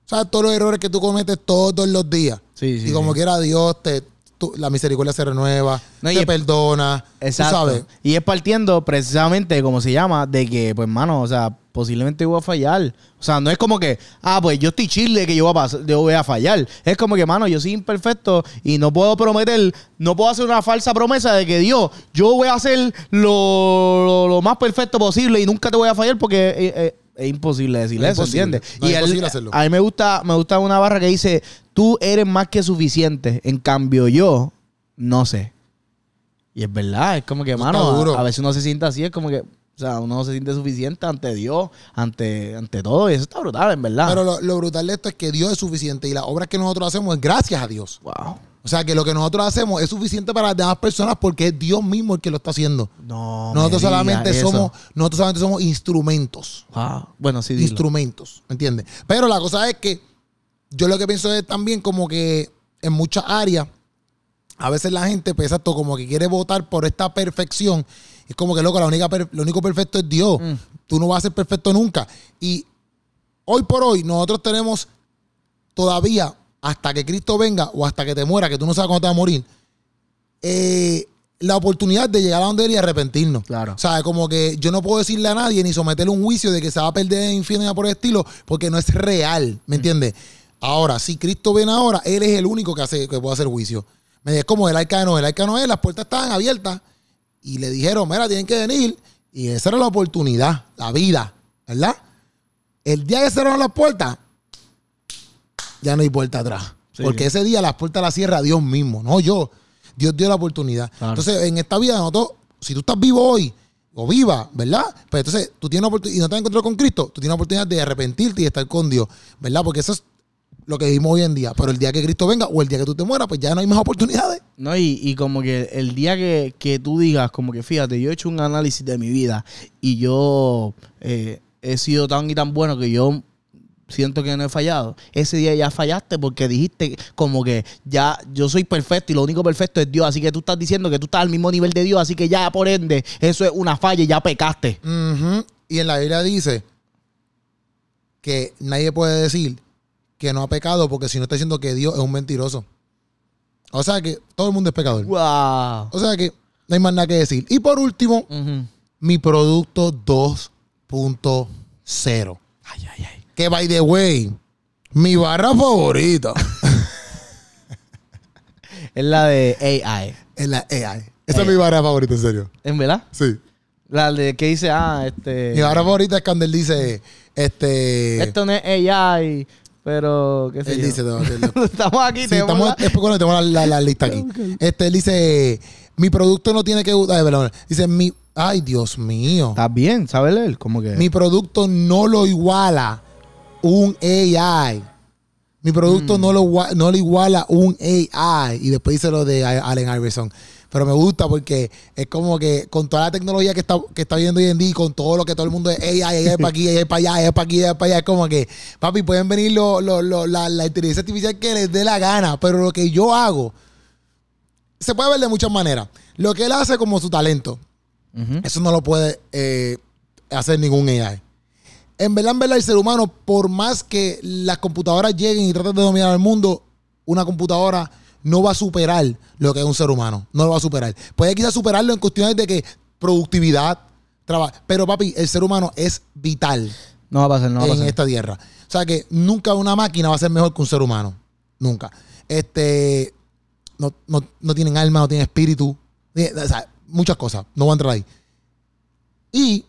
sabes todos los errores que tú cometes todos los días. Sí, sí, y como sí. quiera Dios, te, tú- la misericordia se renueva, No, y te es- perdona, tú Exacto. sabes. Y es partiendo precisamente, como se llama, de que, pues, mano, o sea, posiblemente voy a fallar. O sea, no es como que, ah, pues yo estoy chile que yo voy a, pas- yo voy a fallar. Es como que, mano, yo soy imperfecto y no puedo prometer, no puedo hacer una falsa promesa de que Dios, yo voy a hacer lo, lo- lo más perfecto posible y nunca te voy a fallar porque eh, eh, es, imposible decir Es eso, imposible. ¿entiendes? No, y es él- imposible hacerlo. a mí me gusta, me gusta una barra que dice, tú eres más que suficiente, en cambio yo, no sé. Y es verdad, es como que, Eso mano, está duro. a, a veces uno se siente así, es como que, o sea, uno se siente suficiente ante Dios, ante, ante todo, y eso está brutal, en verdad. Pero lo, lo brutal de esto es que Dios es suficiente y las obras que nosotros hacemos es gracias a Dios. wow. O sea, que lo que nosotros hacemos es suficiente para las demás personas porque es Dios mismo el que lo está haciendo. Nosotros No, me digas solamente eso. somos nosotros solamente somos instrumentos, Wow. Bueno, sí, dilo. instrumentos, ¿me entiendes? Pero la cosa es que yo lo que pienso es también como que en muchas áreas a veces la gente pues, exacto, como que quiere votar por esta perfección. Es como que, loco, la única per- lo único perfecto es Dios. Mm. Tú no vas a ser perfecto nunca. Y hoy por hoy nosotros tenemos todavía, hasta que Cristo venga o hasta que te muera, que tú no sabes cuándo te vas a morir, eh, la oportunidad de llegar a donde él y arrepentirnos. Claro. O sea, como que yo no puedo decirle a nadie ni someterle un juicio de que se va a perder en el infierno ni nada por el estilo, porque no es real, Mm. ¿me entiendes? Ahora, si Cristo viene ahora, Él es el único que, hace, que puede hacer juicio. Me dice, es como el arca de Noé. El arca de Noé, las puertas estaban abiertas y le dijeron, mira, tienen que venir. Y esa era la oportunidad, la vida, ¿verdad? El día que cerraron las puertas, ya no hay puerta atrás. Sí. Porque ese día las puertas las cierra Dios mismo, no yo. Dios dio la oportunidad. Claro. Entonces, en esta vida, nosotros, si tú estás vivo hoy o viva, ¿verdad? Pues entonces tú tienes una oportunidad y no te has encontrado con Cristo, tú tienes la oportunidad de arrepentirte y estar con Dios, ¿verdad? Porque eso es lo que vivimos hoy en día. Pero el día que Cristo venga o el día que tú te mueras, pues ya no hay más oportunidades. No, y, y como que el día que, que tú digas, como que fíjate, yo he hecho un análisis de mi vida y yo eh, he sido tan y tan bueno que yo siento que no he fallado. Ese día ya fallaste porque dijiste como que ya yo soy perfecto y lo único perfecto es Dios. Así que tú estás diciendo que tú estás al mismo nivel de Dios, así que ya por ende eso es una falla y ya pecaste. Ujú. Y en la Biblia dice que nadie puede decir que no ha pecado porque si no está diciendo que Dios es un mentiroso. O sea que todo el mundo es pecador. ¡Wow! O sea que no hay más nada que decir. Y por último, Ujú. mi producto 2.0. Ay, ay, ay. Que by the way, mi barra favorita Es la de AI. es la Eh. AI. Esa es mi barra favorita, en serio. ¿En verdad? Sí. La de que dice, ah, este... Mi barra favorita es cuando él dice, este... Esto no es AI, pero qué sé él yo. dice, no, que- estamos aquí, Sí, tenemos estamos, la- es porque tenemos la, la- la lista aquí. Este, él dice, mi producto no tiene que... ay, perdón. Dice, mi... Ay, Dios mío. Estás bien, ¿sabes leer? Como que... Mi producto no lo iguala un AI. Mi producto no, lo, igua- no lo iguala un AI. Y después hice lo de A- Allen Iverson. Pero me gusta porque es como que con toda la tecnología que está, que está viendo hoy en día y con todo lo que todo el mundo es AI, AI para aquí, AI para allá, AI para aquí, AI para allá, es como que, papi, pueden venir lo- lo- lo- la, la inteligencia artificial que les dé la gana. Pero lo que yo hago se puede ver de muchas maneras. Lo que él hace como su talento. Ujú. Eso no lo puede eh, hacer ningún AI. En verdad, en verdad, el ser humano, por más que las computadoras lleguen y traten de dominar el mundo, una computadora no va a superar lo que es un ser humano. No lo va a superar. Puede quizás superarlo en cuestiones de que productividad, trabajo. Pero papi, el ser humano es vital No va a pasar, no va a en pasar. esta tierra. O sea que nunca una máquina va a ser mejor que un ser humano. Nunca. Este. No, no- no tienen alma, no tienen espíritu. Eh, o sea, muchas cosas. No voy a entrar ahí. Y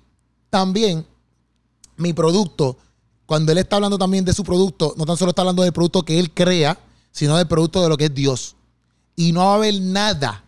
también mi producto, cuando él está hablando también de su producto, no tan solo está hablando del producto que él crea, sino del producto de lo que es Dios. Y no va a haber nada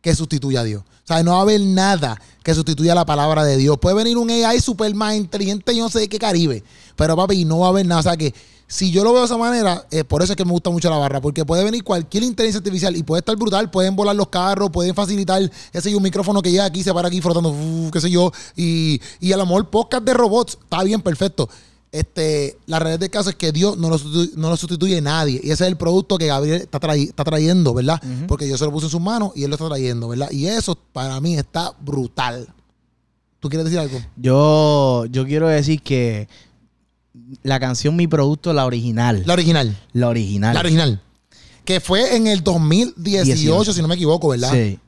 que sustituya a Dios. O sea, no va a haber nada que sustituya la palabra de Dios. Puede venir un AI super más inteligente, yo no sé de qué Caribe, pero papi, no va a haber nada. O sea, que si yo lo veo de esa manera, eh, por eso es que me gusta mucho la barra, porque puede venir cualquier inteligencia artificial y puede estar brutal, pueden volar los carros, pueden facilitar, qué sé yo, un micrófono que llega aquí, se para aquí frotando, uf, qué sé yo, y, y a lo mejor podcast de robots, está bien, perfecto. Este, la realidad del caso es que Dios no lo, sustitu- no lo sustituye nadie. Y ese es el producto que Gabriel está, trai- está trayendo, ¿verdad? Porque yo se lo puse en sus manos y él lo está trayendo, ¿verdad? Y eso para mí está brutal. ¿Tú quieres decir algo? Yo, yo quiero decir que la canción Mi Producto, la original. La original. la original. La original. Que fue en el 2018, 18. si no me equivoco, ¿verdad? Sí.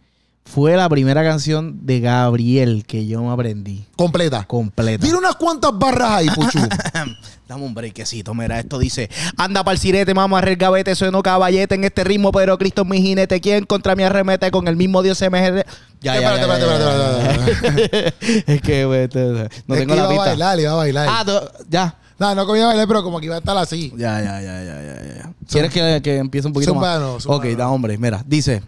Fue la primera canción de Gabriel que yo me aprendí. Completa. Completa. Dile unas cuantas barras ahí, Puchu. Dame un brequecito, mira, esto dice Anda pa'l sirete, mamá, arre el gavete, sueno caballete En este ritmo, pero Cristo es mi jinete ¿Quién contra mí arremete? Con el mismo Dios se me... jere-". Ya, ya, Espérate, ya, espérate, ya, ya, espérate, ya, espérate, espérate. ya. Es que, güey, esto- no Es tengo que la iba a pista bailar, iba a bailar. Ah, do- ya no, no comía a bailar, pero como que iba a estar así. Ya, ya, ya, ya, ya, ya, ya. ¿Quieres que, que empiece un poquito Zúmbalo, más? zúmbalo. Ok, da, hombre, mira, dice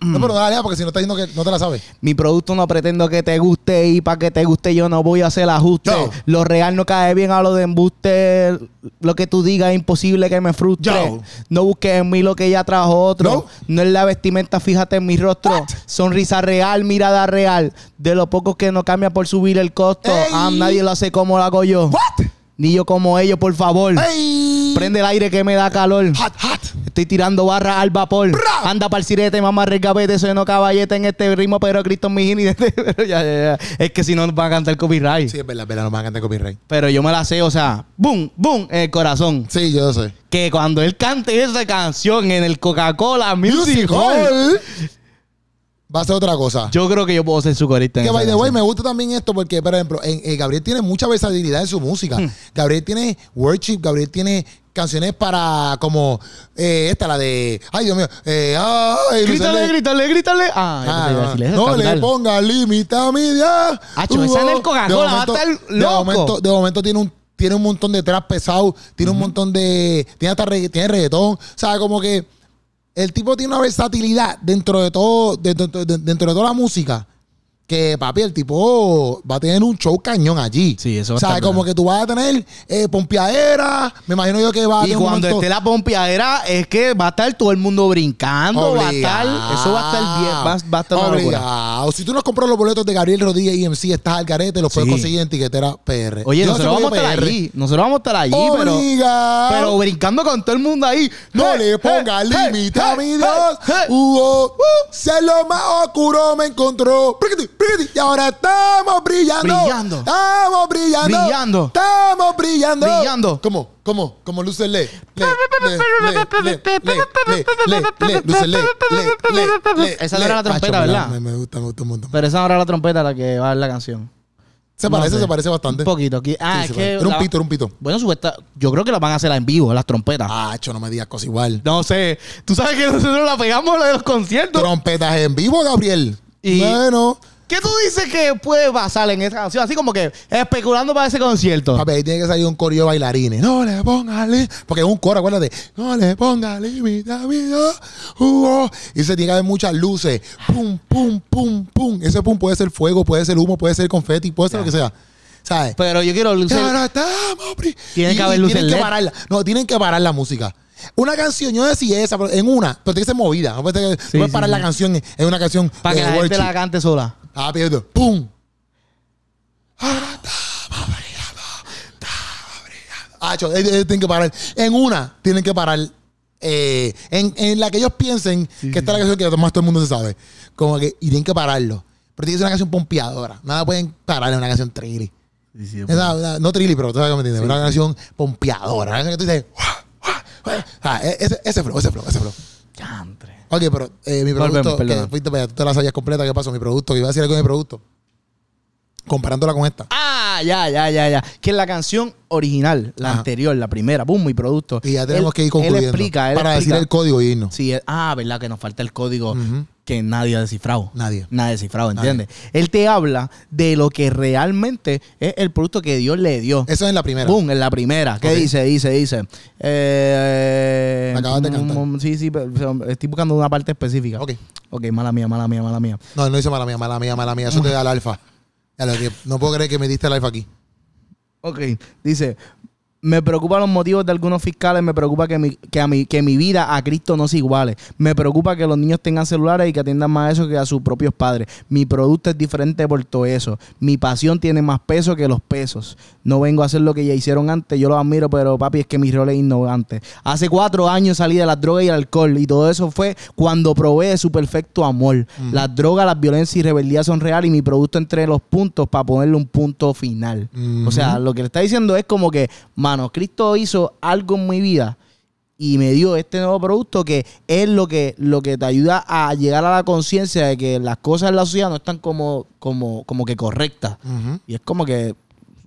No, pero dale, ah, porque si no estás diciendo que no te la sabes. Mi producto no pretendo que te guste y para que te guste yo no voy a hacer ajuste. Yo. Lo real no cae bien a lo de embuste. Lo que tú digas es imposible que me frustre. Yo. No busques en mí lo que ya trajo otro. No, es la vestimenta, fíjate en mi rostro. Sonrisa real, mirada real. De lo poco que no cambia por subir el costo. Ey. Ah, nadie lo hace como lo hago yo. Ni yo como ellos, por favor. ¡Ey! Prende el aire que me da calor. Hot, hot. Estoy tirando barras al vapor. Anda para el sirete, mamá, resgabete, sueno caballete en este ritmo, pero Cristo es mi jinete. Pero ya, ya, ya. Es que si no, nos van a cantar copyright. Sí, es verdad, es verdad, no me van a cantar copyright. Pero yo me la sé, o sea, boom, boom, en el corazón. Sí, yo sé. Que cuando él cante esa canción en el Coca-Cola Music Hall, Musical. Va a ser otra cosa. yo creo que yo puedo ser su corista. en que esa by the way, canción. me gusta también esto porque, por ejemplo, en, eh, Gabriel tiene mucha versatilidad en su música. Hmm. Gabriel tiene worship, Gabriel tiene canciones para como eh, esta, la de. Ay, Dios mío. Eh, ay, Grítale, Lucerle- grítale, grítale. Ah, yo pensé que iba a Ah, decirle eso, no cantar. le ponga límite a mi día. Acho, esa en el Coca-Cola De va a estar de loco. momento, de momento tiene un tiene un montón de trap pesado, tiene un montón de tiene hasta regga- tiene reggaetón, o sea, como que el tipo tiene una versatilidad dentro de todo dentro, de- dentro de toda la música. Que papi, el tipo va a tener un show cañón allí. Sí, eso va a O sea, estar como brutal. que tú vas a tener eh, pompeadera. Me imagino yo que va a Y tener un cuando momento- esté la pompeadera, es que va a estar todo el mundo brincando, va a estar, Obligado. eso va a estar bien, va, va a estar una locura. Obligado. Si tú no compras los boletos de Gabriel Rodríguez y MC, estás al carete, los puedes Sí. conseguir en Tiquetera PR. Oye, Yo no sé nosotros por qué vamos a estar PR. allí, nosotros vamos a estar allí, pero, Obligado. pero brincando con todo el mundo ahí. no Hey, le hey, ponga hey, límite a hey, mi hey, Dios. Uh. hey. Hugo, se lo más oscuro me encontró. Briquiti, briquiti. Y ahora estamos brillando. Brillando. Estamos brillando. Brillando. Estamos brillando. Brillando. ¿Cómo? ¿Cómo? ¿Cómo luce le? Le, le, le, le, le, le, le, le, luce le, le, le, le, Esa no le. era la trompeta, Acho, ¿verdad? Me me gusta, me gusta un montón. Pero esa ahora la trompeta la que va en la canción. Se No parece, sé. se parece bastante. Un poquito aquí. Ah, Sí, se es parece. que Era un la- pito, era un pito. Bueno, supuesta, yo creo que la van a hacer en vivo, las trompetas. Ah, hecho, no me digas cosas igual. No sé, tú sabes que nosotros la pegamos la de los conciertos. Trompetas en vivo, Gabriel. Y- Bueno, ¿Qué tú dices que puede pasar en esa canción? Así como que especulando para ese concierto. papi, ahí tiene que salir un corillo de bailarines. No le pongas límite. Porque es un coro, acuérdate. No le pongas límite, amigo. Hugo. Y se tiene que haber muchas luces. Pum, pum, pum, pum. Ese pum puede ser fuego, puede ser humo, puede ser confeti, puede ser lo que sea. ¿Sabes? Pero yo quiero Y luces. ahora estamos, pri- Tiene y- que haber y luces Tienen que LED. pararla. No, tienen que parar la música. Una canción, yo decía esa, pero en una, pero tiene que ser movida. No puedes, no puedes sí, parar la sí. canción en en una canción. Para que de la gente worship. la cante sola. Ah, pierdo. ¡Pum! Ahora estamos brillando, estamos brillando. Acho, eh, eh, tienen que parar. En una, tienen que parar. eh, en, en la que ellos piensen que esta es la canción que más todo el mundo se sabe. Como que, y tienen que pararlo. Pero tiene que ser una canción pompeadora. Nada pueden parar en una canción trilly. Es una- una- no trilly, pero tú sabes que me entiendes. Una canción pompeadora. Una canción que tú dices. "Guau, guau, guau". Ah, e- ese, ese flow, ese flow, ese flow. Chantre. Ok, pero eh, mi Volvemos, producto. perdona. que fuiste para allá, tú te la sabías completa, ¿qué pasó? Mi producto, que iba a decir algo de mi producto. Comparándola con esta. Ah, ya, ya, ya, ya. Que es la canción original, la Ajá. anterior, la primera, boom, mi producto. Y ya tenemos Él- que ir concluyendo. Él explica, él para explica. decir el código y irnos. Sí, él- ah, verdad que nos falta el código. Ujú. que nadie ha descifrado. Nadie. Nadie ha descifrado, Nadie. ¿entiendes? Él te habla de lo que realmente es el producto que Dios le dio. Eso es en la primera. Boom, en la primera. ¿Qué Ok. dice? Dice, dice. Eh, Acabas de cantar. mm, Sí, sí, pero- pero estoy buscando una parte específica. Ok. ok, mala mía, mala mía, mala mía. No, él no dice mala mía, mala mía, mala mía. Eso te da el alfa. Ya lo que- No puedo creer que me diste el alfa aquí. Ok, dice, me preocupan los motivos de algunos fiscales, me preocupa que mi, que, a mi, que mi vida a Cristo no se iguale, me preocupa que los niños tengan celulares y que atiendan más a eso que a sus propios padres, mi producto es diferente por todo eso, mi pasión tiene más peso que los pesos, no vengo a hacer lo que ya hicieron antes, yo los admiro, pero papi, es que mi rol es innovante. Hace cuatro años salí de las drogas y el alcohol y todo eso fue cuando probé de su perfecto amor. Las drogas, las violencias y rebeldía son reales y mi producto entre los puntos para ponerle un punto final. O sea, lo que le está diciendo es como que, mano, Cristo hizo algo en mi vida y me dio este nuevo producto que es lo que, lo que te ayuda a llegar a la conciencia de que las cosas en la sociedad no están como, como, como que correctas. Ujú. Y es como que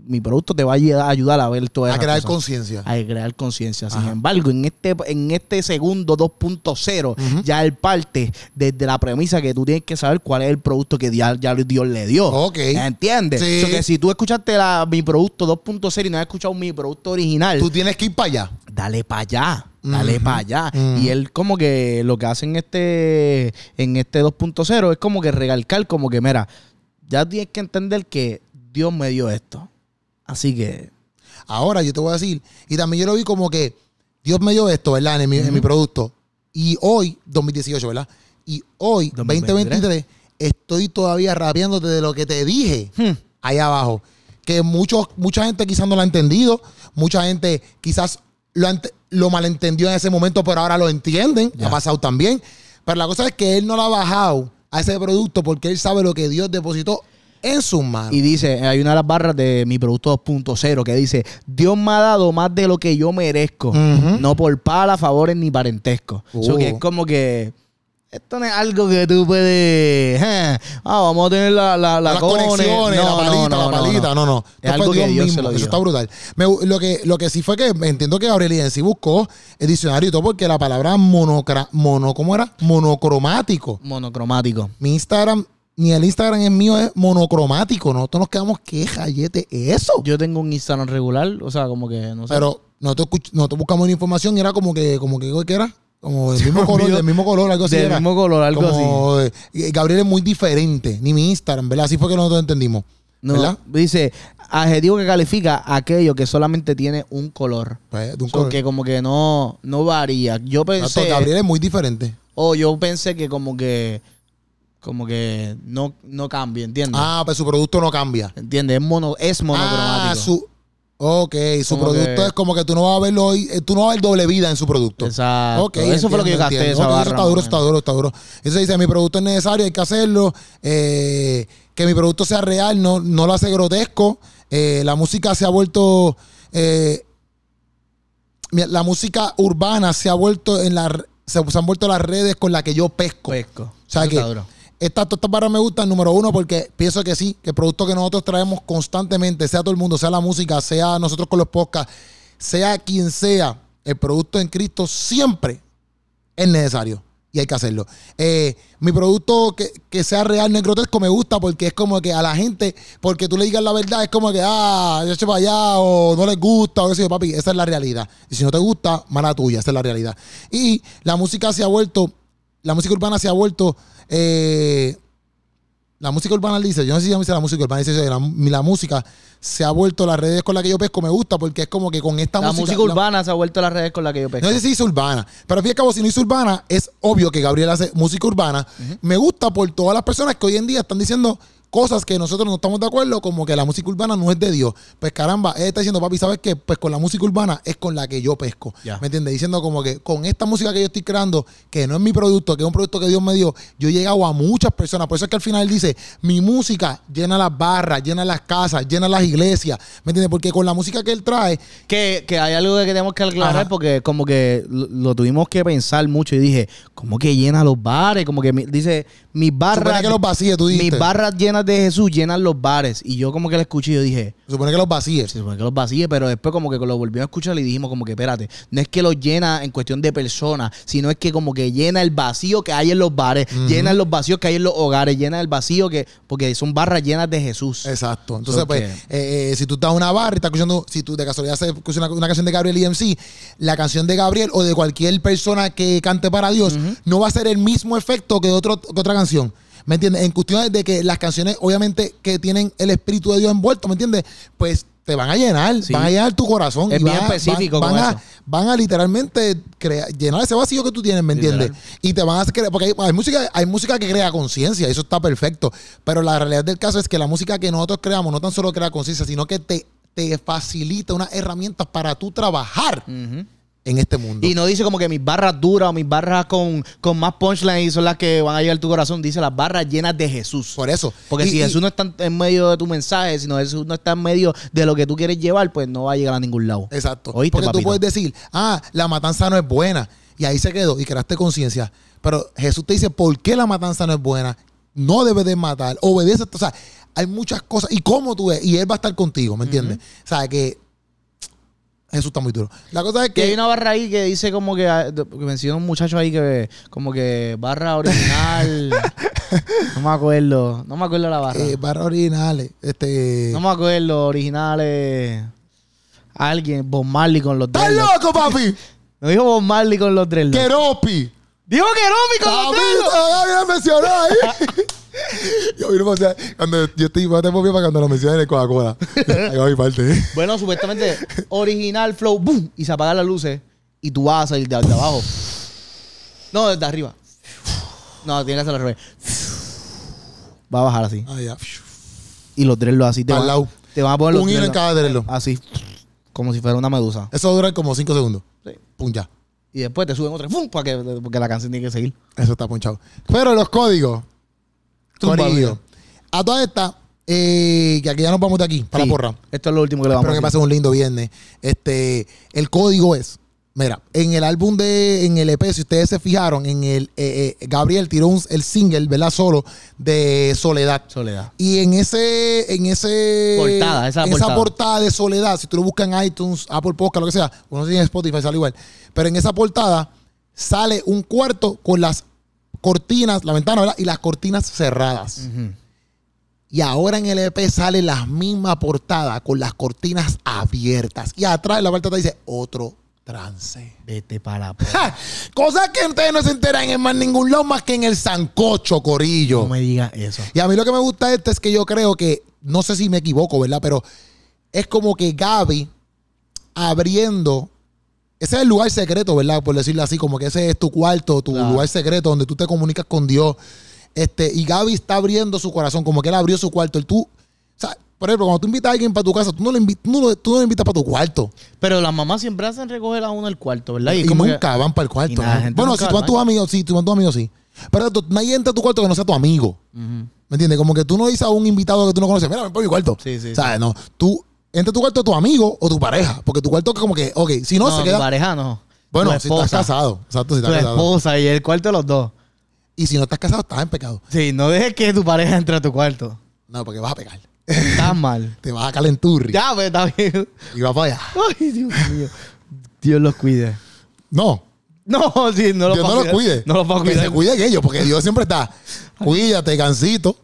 mi producto te va a ayudar- a ayudar a ver todo A crear conciencia. a crear conciencia. Sin Ajá. embargo, en este, en este segundo 2.0, Ujú. ya él parte desde la premisa que tú tienes que saber cuál es el producto que dia- ya Dios le dio. Ok. ¿Entiendes? Sí. So que si tú escuchaste la, mi producto 2.0 y no has escuchado mi producto original, Tú tienes que ir para allá. dale para allá. Dale Ujú. para allá. Ujú. Y él como que lo que hace en este, en este 2.0 es como que recalcar como que, mira, ya tienes que entender que Dios me dio esto. Así que Ahora yo te voy a decir, y también yo lo vi como que Dios me dio esto, ¿verdad? En mi, en mi producto. Y hoy, 2018, ¿verdad? Y hoy, 2023, 2023, estoy todavía rapeándote de lo que te dije Hmm. ahí abajo. Que muchos, mucha gente quizás no lo ha entendido, mucha gente quizás lo, ent- lo malentendió en ese momento, pero ahora lo entienden, Ya. ha pasado también. Pero la cosa es que él no lo ha bajado a ese producto porque él sabe lo que Dios depositó en sus manos. Y dice, hay una de las barras de mi producto 2.0 que dice, Dios me ha dado más de lo que yo merezco, Ujú. no por pala, favores ni parentesco. Oh. So que es como que esto no es algo que tú puedes, "Eh, ah, vamos a tener la, la, la las cone". conexiones, No, la palita, no, no, la no, palita. No, no. Es Esto algo fue que Dios se lo Eso dio. está brutal. Me- lo, que, lo que sí fue que entiendo que Aurelia en sí buscó el diccionario y todo porque la palabra monocra, mono, ¿cómo era? Monocromático. Monocromático. Mi Instagram, ni el Instagram es mío, es monocromático. Nosotros nos quedamos, ¿qué jayete es eso? Yo tengo un Instagram regular, o sea, como que no sé. Pero nosotros, escuch- nosotros buscamos una información y era como que, como que, ¿qué era? Como del mismo me color, olvidó. del mismo color, algo así del era. mismo color, algo así. Como, eh, Gabriel es muy diferente, ni mi Instagram, ¿verdad? Así fue que nosotros entendimos. No, ¿Verdad? dice, adjetivo que califica aquello que solamente tiene un color. Pues, de un So color. que como que no, no varía. Yo Exacto, pensé... Gabriel es muy diferente. O yo pensé que como que como que no, no cambia, ¿entiendes? Ah, pues su producto no cambia. ¿Entiendes? Es mono, es monocromático. Ah, su. Ok, su Como producto que- es como que tú no vas a verlo hoy, eh, tú no vas a ver doble vida en su producto. Exacto. Ok, Eso fue lo que entiendo, yo gasté entiendo. esa Ok, barra. Eso está más o duro, está menos. duro, está duro. Eso dice, mi producto es necesario, hay que hacerlo. eh, que mi producto sea real, no, no lo hace grotesco. eh, la música se ha vuelto... eh, mira, la música urbana se ha vuelto en la... r- Se, se han vuelto las redes con las que yo pesco. Pesco. O sea Eso que- está duro. Estas todas estas barras me gustan, número uno, porque pienso que sí, que el producto que nosotros traemos constantemente, sea todo el mundo, sea la música, sea nosotros con los podcasts, sea quien sea, el producto en Cristo siempre es necesario y hay que hacerlo. Eh, mi producto que, que sea real, no es grotesco, me gusta porque es como que a la gente, porque tú le digas la verdad, es como que, ah, yo eché para allá, o no les gusta, o qué sé yo, papi, esa es la realidad. Y si no te gusta, mala tuya, esa es la realidad. Y la música se ha vuelto, la música urbana se ha vuelto, eh, la música urbana dice, yo no sé si llama la música urbana, dice la, la música se ha vuelto las redes con las que yo pesco, me gusta porque es como que con esta La música, música la- urbana se ha vuelto las redes con las que yo pesco. no sé si hizo urbana, pero al fin y al cabo, si no hizo urbana, es obvio que Gabriel hace música urbana. Me gusta por todas las personas que hoy en día están diciendo cosas que nosotros no estamos de acuerdo, como que la música urbana no es de Dios. Pues caramba, él está diciendo, papi, ¿sabes qué? Pues con la música urbana es con la que yo pesco. Ya. ¿Me entiendes? Diciendo como que con esta música que yo estoy creando, que no es mi producto, que es un producto que Dios me dio, yo he llegado a muchas personas. Por eso es que al final él dice, mi música llena las barras, llena las casas, llena las iglesias. ¿Me entiendes? Porque con la música que él trae, Que, que hay algo que tenemos que aclarar Ajá. porque como que lo, lo tuvimos que pensar mucho y dije, ¿cómo que llena los bares? Como que mi- dice, mis supone barras... que los vacíes, tú dijiste. Mis barras llenas palabras de Jesús llenan los bares. Y yo como que la escuché y yo dije, Se supone que los vacíes. se supone que los vacíe, pero después como que lo volvimos a escuchar y dijimos como que espérate, no es que los llena en cuestión de personas, sino es que como que llena el vacío que hay en los bares, llena los vacíos que hay en los hogares, llena el vacío que, porque son barras llenas de Jesús. Exacto. Entonces, Ok. pues, eh, eh, si tú estás en una barra y estás escuchando, si tú de casualidad estás escuchando una, una canción de Gabriel EMC, la canción de Gabriel o de cualquier persona que cante para Dios, no va a ser el mismo efecto que, otro, que otra canción. ¿Me entiendes? En cuestiones de que las canciones, obviamente, que tienen el Espíritu de Dios envuelto, ¿me entiendes? Pues te van a llenar, Sí. van a llenar tu corazón. Es y van bien a- van- específico Van, con a, eso. van a literalmente crea- llenar ese vacío que tú tienes, ¿me entiendes? Y te van a hacer creer, porque hay, hay música, hay música que crea conciencia, eso está perfecto, pero la realidad del caso es que la música que nosotros creamos no tan solo crea conciencia, sino que te, te facilita unas herramientas para tú trabajar Ujú. en este mundo. Y no dice como que mis barras duras o mis barras con, con más punchline son las que van a llegar a tu corazón. Dice las barras llenas de Jesús. Por eso. Porque Y- si y- Jesús no está en- en medio de tu mensaje, sino Jesús no está en medio de lo que tú quieres llevar, pues no va a llegar a ningún lado. Exacto. ¿Oíste, Porque tú papito? puedes decir, ah, la matanza no es buena. Y ahí se quedó y creaste conciencia. Pero Jesús te dice, ¿por qué la matanza no es buena? No debes de matar. Obedece. O sea, hay muchas cosas. ¿Y cómo tú ves? Y Él va a estar contigo, ¿me entiendes? O sea, que Jesús está muy duro. La cosa es Que hay que... eh, una barra ahí que dice como que, ah, de- que menciona un muchacho ahí que como que barra original. no me acuerdo. No me acuerdo la barra. eh, barra originales. Este... no me acuerdo. Originales. Alguien, Bob Marley con los ¡Estás dreadlocks. loco, papi! No dijo Bob Marley con los dreadlocks. ¡Queropi! Dijo que no, mi con los ¡Papi! dreadlocks. todavía Ah, lo mencionó ahí! yo, mira, o sea, cuando yo estoy... Yo te para cuando lo mencioné en el Coca-Cola. Ahí va mi parte. Bueno, supuestamente original flow, boom, y se apagan las luces y tú vas a salir de, de abajo. No, desde arriba. No, tiene que hacer al revés. Va a bajar así. Ah, ya. Y los dreadlocks así te Al van, lado. te van a poner los Un hilo en dreadlocks cada dedo. así, como si fuera una medusa. Eso dura como 5 segundos. Sí. Pum, ya. Y después te suben otra, ¡fum! Para que, porque la canción tiene que seguir. Eso está punchado. Pero los códigos. Zumba, Corillo. A todas estas, eh, que aquí ya nos vamos de aquí, para Sí, la porra. Esto es lo último que le vamos Espero que a hacer. pasen un lindo viernes. Este, el código es, mira, en el álbum de, en el EP, si ustedes se fijaron, en el eh, eh, Gabriel tiró un- el single, ¿verdad? Solo de Soledad. Soledad. Y en ese, en ese Portada, esa en esa portada. portada de Soledad, si tú lo buscas en iTunes, Apple Podcast, lo que sea, uno tiene Spotify, sale igual. Pero en esa portada sale un cuarto con las cortinas, la ventana, ¿verdad? Y las cortinas cerradas. Ujú. Y ahora en el EP sale la misma portada con las cortinas abiertas. Y atrás en la portada dice otro trance. Vete para la ¡Ja! Cosas que ustedes no se enteran en más ningún lado más que en el sancocho, corillo. No me digas eso. Y a mí lo que me gusta de esto es que yo creo que, no sé si me equivoco, ¿verdad? Pero es como que Gaby abriendo. Ese es el lugar secreto, ¿verdad? Por decirlo así, como que ese es tu cuarto, tu Claro. lugar secreto donde tú te comunicas con Dios. Este, y Gaby está abriendo su corazón, como que él abrió su cuarto. Y tú, o sea, por ejemplo, cuando tú invitas a alguien para tu casa, tú no lo, invi- tú no lo- tú no lo invitas para tu cuarto. Pero las mamás siempre hacen recoger a uno el cuarto, ¿verdad? Y, como que- nunca van para el y cuarto. nada, ¿no? gente Bueno, nunca si tú va vas al tus amigos, sí, tú vas tus amigos, sí. Pero tú- nadie entra a tu cuarto que no sea tu amigo. Ujú. ¿Me entiendes? Como que tú no dices a un invitado que tú no conoces, mira, ven por mi cuarto. Sí, sí, ¿Sabes? No. Tú, entra a tu cuarto tu amigo o tu pareja. Porque tu cuarto es como que, ok, si no, No, se tu queda. pareja no. Bueno, Tu si estás esposa. casado. Exacto, si tu estás casado. esposa y el cuarto de los dos. Y si no estás casado, estás en pecado. Sí, no dejes que tu pareja entre a tu cuarto. No, porque vas a pegar. Estás mal. Te vas a calenturri. Ya, pues está bien. Y vas para allá. Ay, Dios mío. Dios los cuide. No. No, sí, no los Dios va a no los cuidar. cuide. No los va a Que cuidar. se cuiden ellos, porque Dios siempre está. Cuídate, cancito.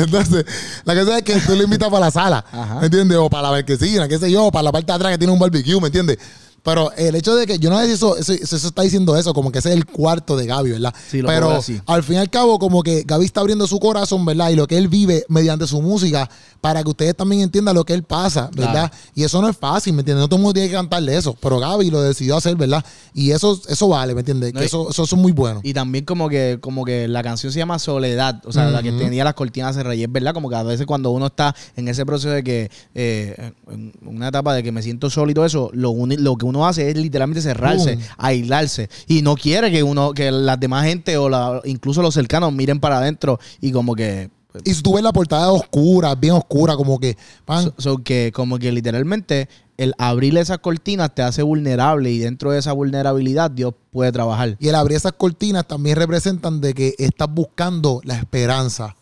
Entonces, la cosa es que tú lo invitas para la sala, Ajá. ¿me entiendes? O para la barquecina, qué sé yo, para la parte de atrás que tiene un barbecue, ¿me entiendes? Pero el hecho de que, yo no sé si eso, eso- eso está diciendo eso, como que ese es el cuarto de Gaby, ¿verdad? Sí, lo puedo Pero ver así. al fin y al cabo, como que Gaby está abriendo su corazón, ¿verdad? Y lo que él vive mediante su música, para que ustedes también entiendan lo que él pasa, ¿verdad? Claro. Y eso no es fácil, ¿me entiendes? No todo el mundo tiene que cantarle eso, pero Gaby lo decidió hacer, ¿verdad? Y eso, eso vale, ¿me entiendes? No, que y- eso, eso es muy bueno. Y también como que, como que la canción se llama Soledad, o sea, la que tenía las cortinas cerradas. Y es verdad, como que a veces cuando uno está en ese proceso de que, eh, en una etapa de que me siento solo y todo eso, lo, uni- lo que uno hace es literalmente cerrarse, Boom. aislarse. Y no quiere que pues, uno, que las demás gente o la, incluso los cercanos miren para adentro y como que Y si tú ves la portada oscura, bien oscura, como que. pan, So, so que como que literalmente el abrir esas cortinas te hace vulnerable y dentro de esa vulnerabilidad Dios puede trabajar. Y el abrir esas cortinas también representan de que estás buscando la esperanza.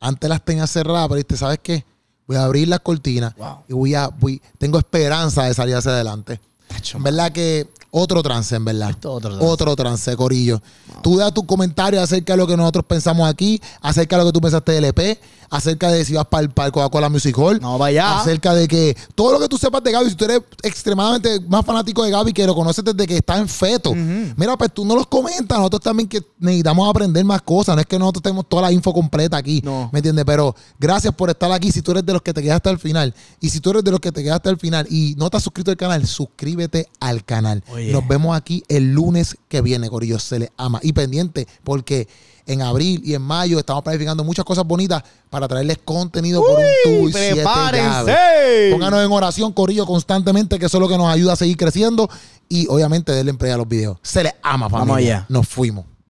Antes las tenías cerradas, pero dijiste, ¿sabes qué? Voy a abrir las cortinas Wow. y voy a, voy, tengo esperanza de salir hacia adelante. En verdad que otro trance, en verdad. Esto otro trance. trance. Corillo. Tú da tus comentarios acerca de lo que nosotros pensamos aquí, acerca de lo que tú pensaste del EP, acerca de si vas para el palco Coca-Cola Music Hall. No, vaya. Acerca de que todo lo que tú sepas de Gaby, si tú eres extremadamente más fanático de Gaby, que lo conoces desde que está en feto, mira, pues tú no los comentas. Nosotros también que necesitamos aprender más cosas. No es que nosotros tenemos toda la info completa aquí. No. ¿Me entiendes? Pero gracias por estar aquí. Si tú eres de los que te quedaste al final, y si tú eres de los que te quedaste al final y no te has suscrito al canal, suscríbete al canal. Oye. Nos vemos aquí el lunes que viene, Corillo. Se les ama. Y pendiente, porque en abril y en mayo estamos planificando muchas cosas bonitas para traerles contenido por un tubo y siete llaves. Pónganos en oración, Corillo, constantemente, que eso es lo que nos ayuda a seguir creciendo. Y obviamente, denle empleo a los videos. Se les ama, familia. Vamos allá. Nos fuimos.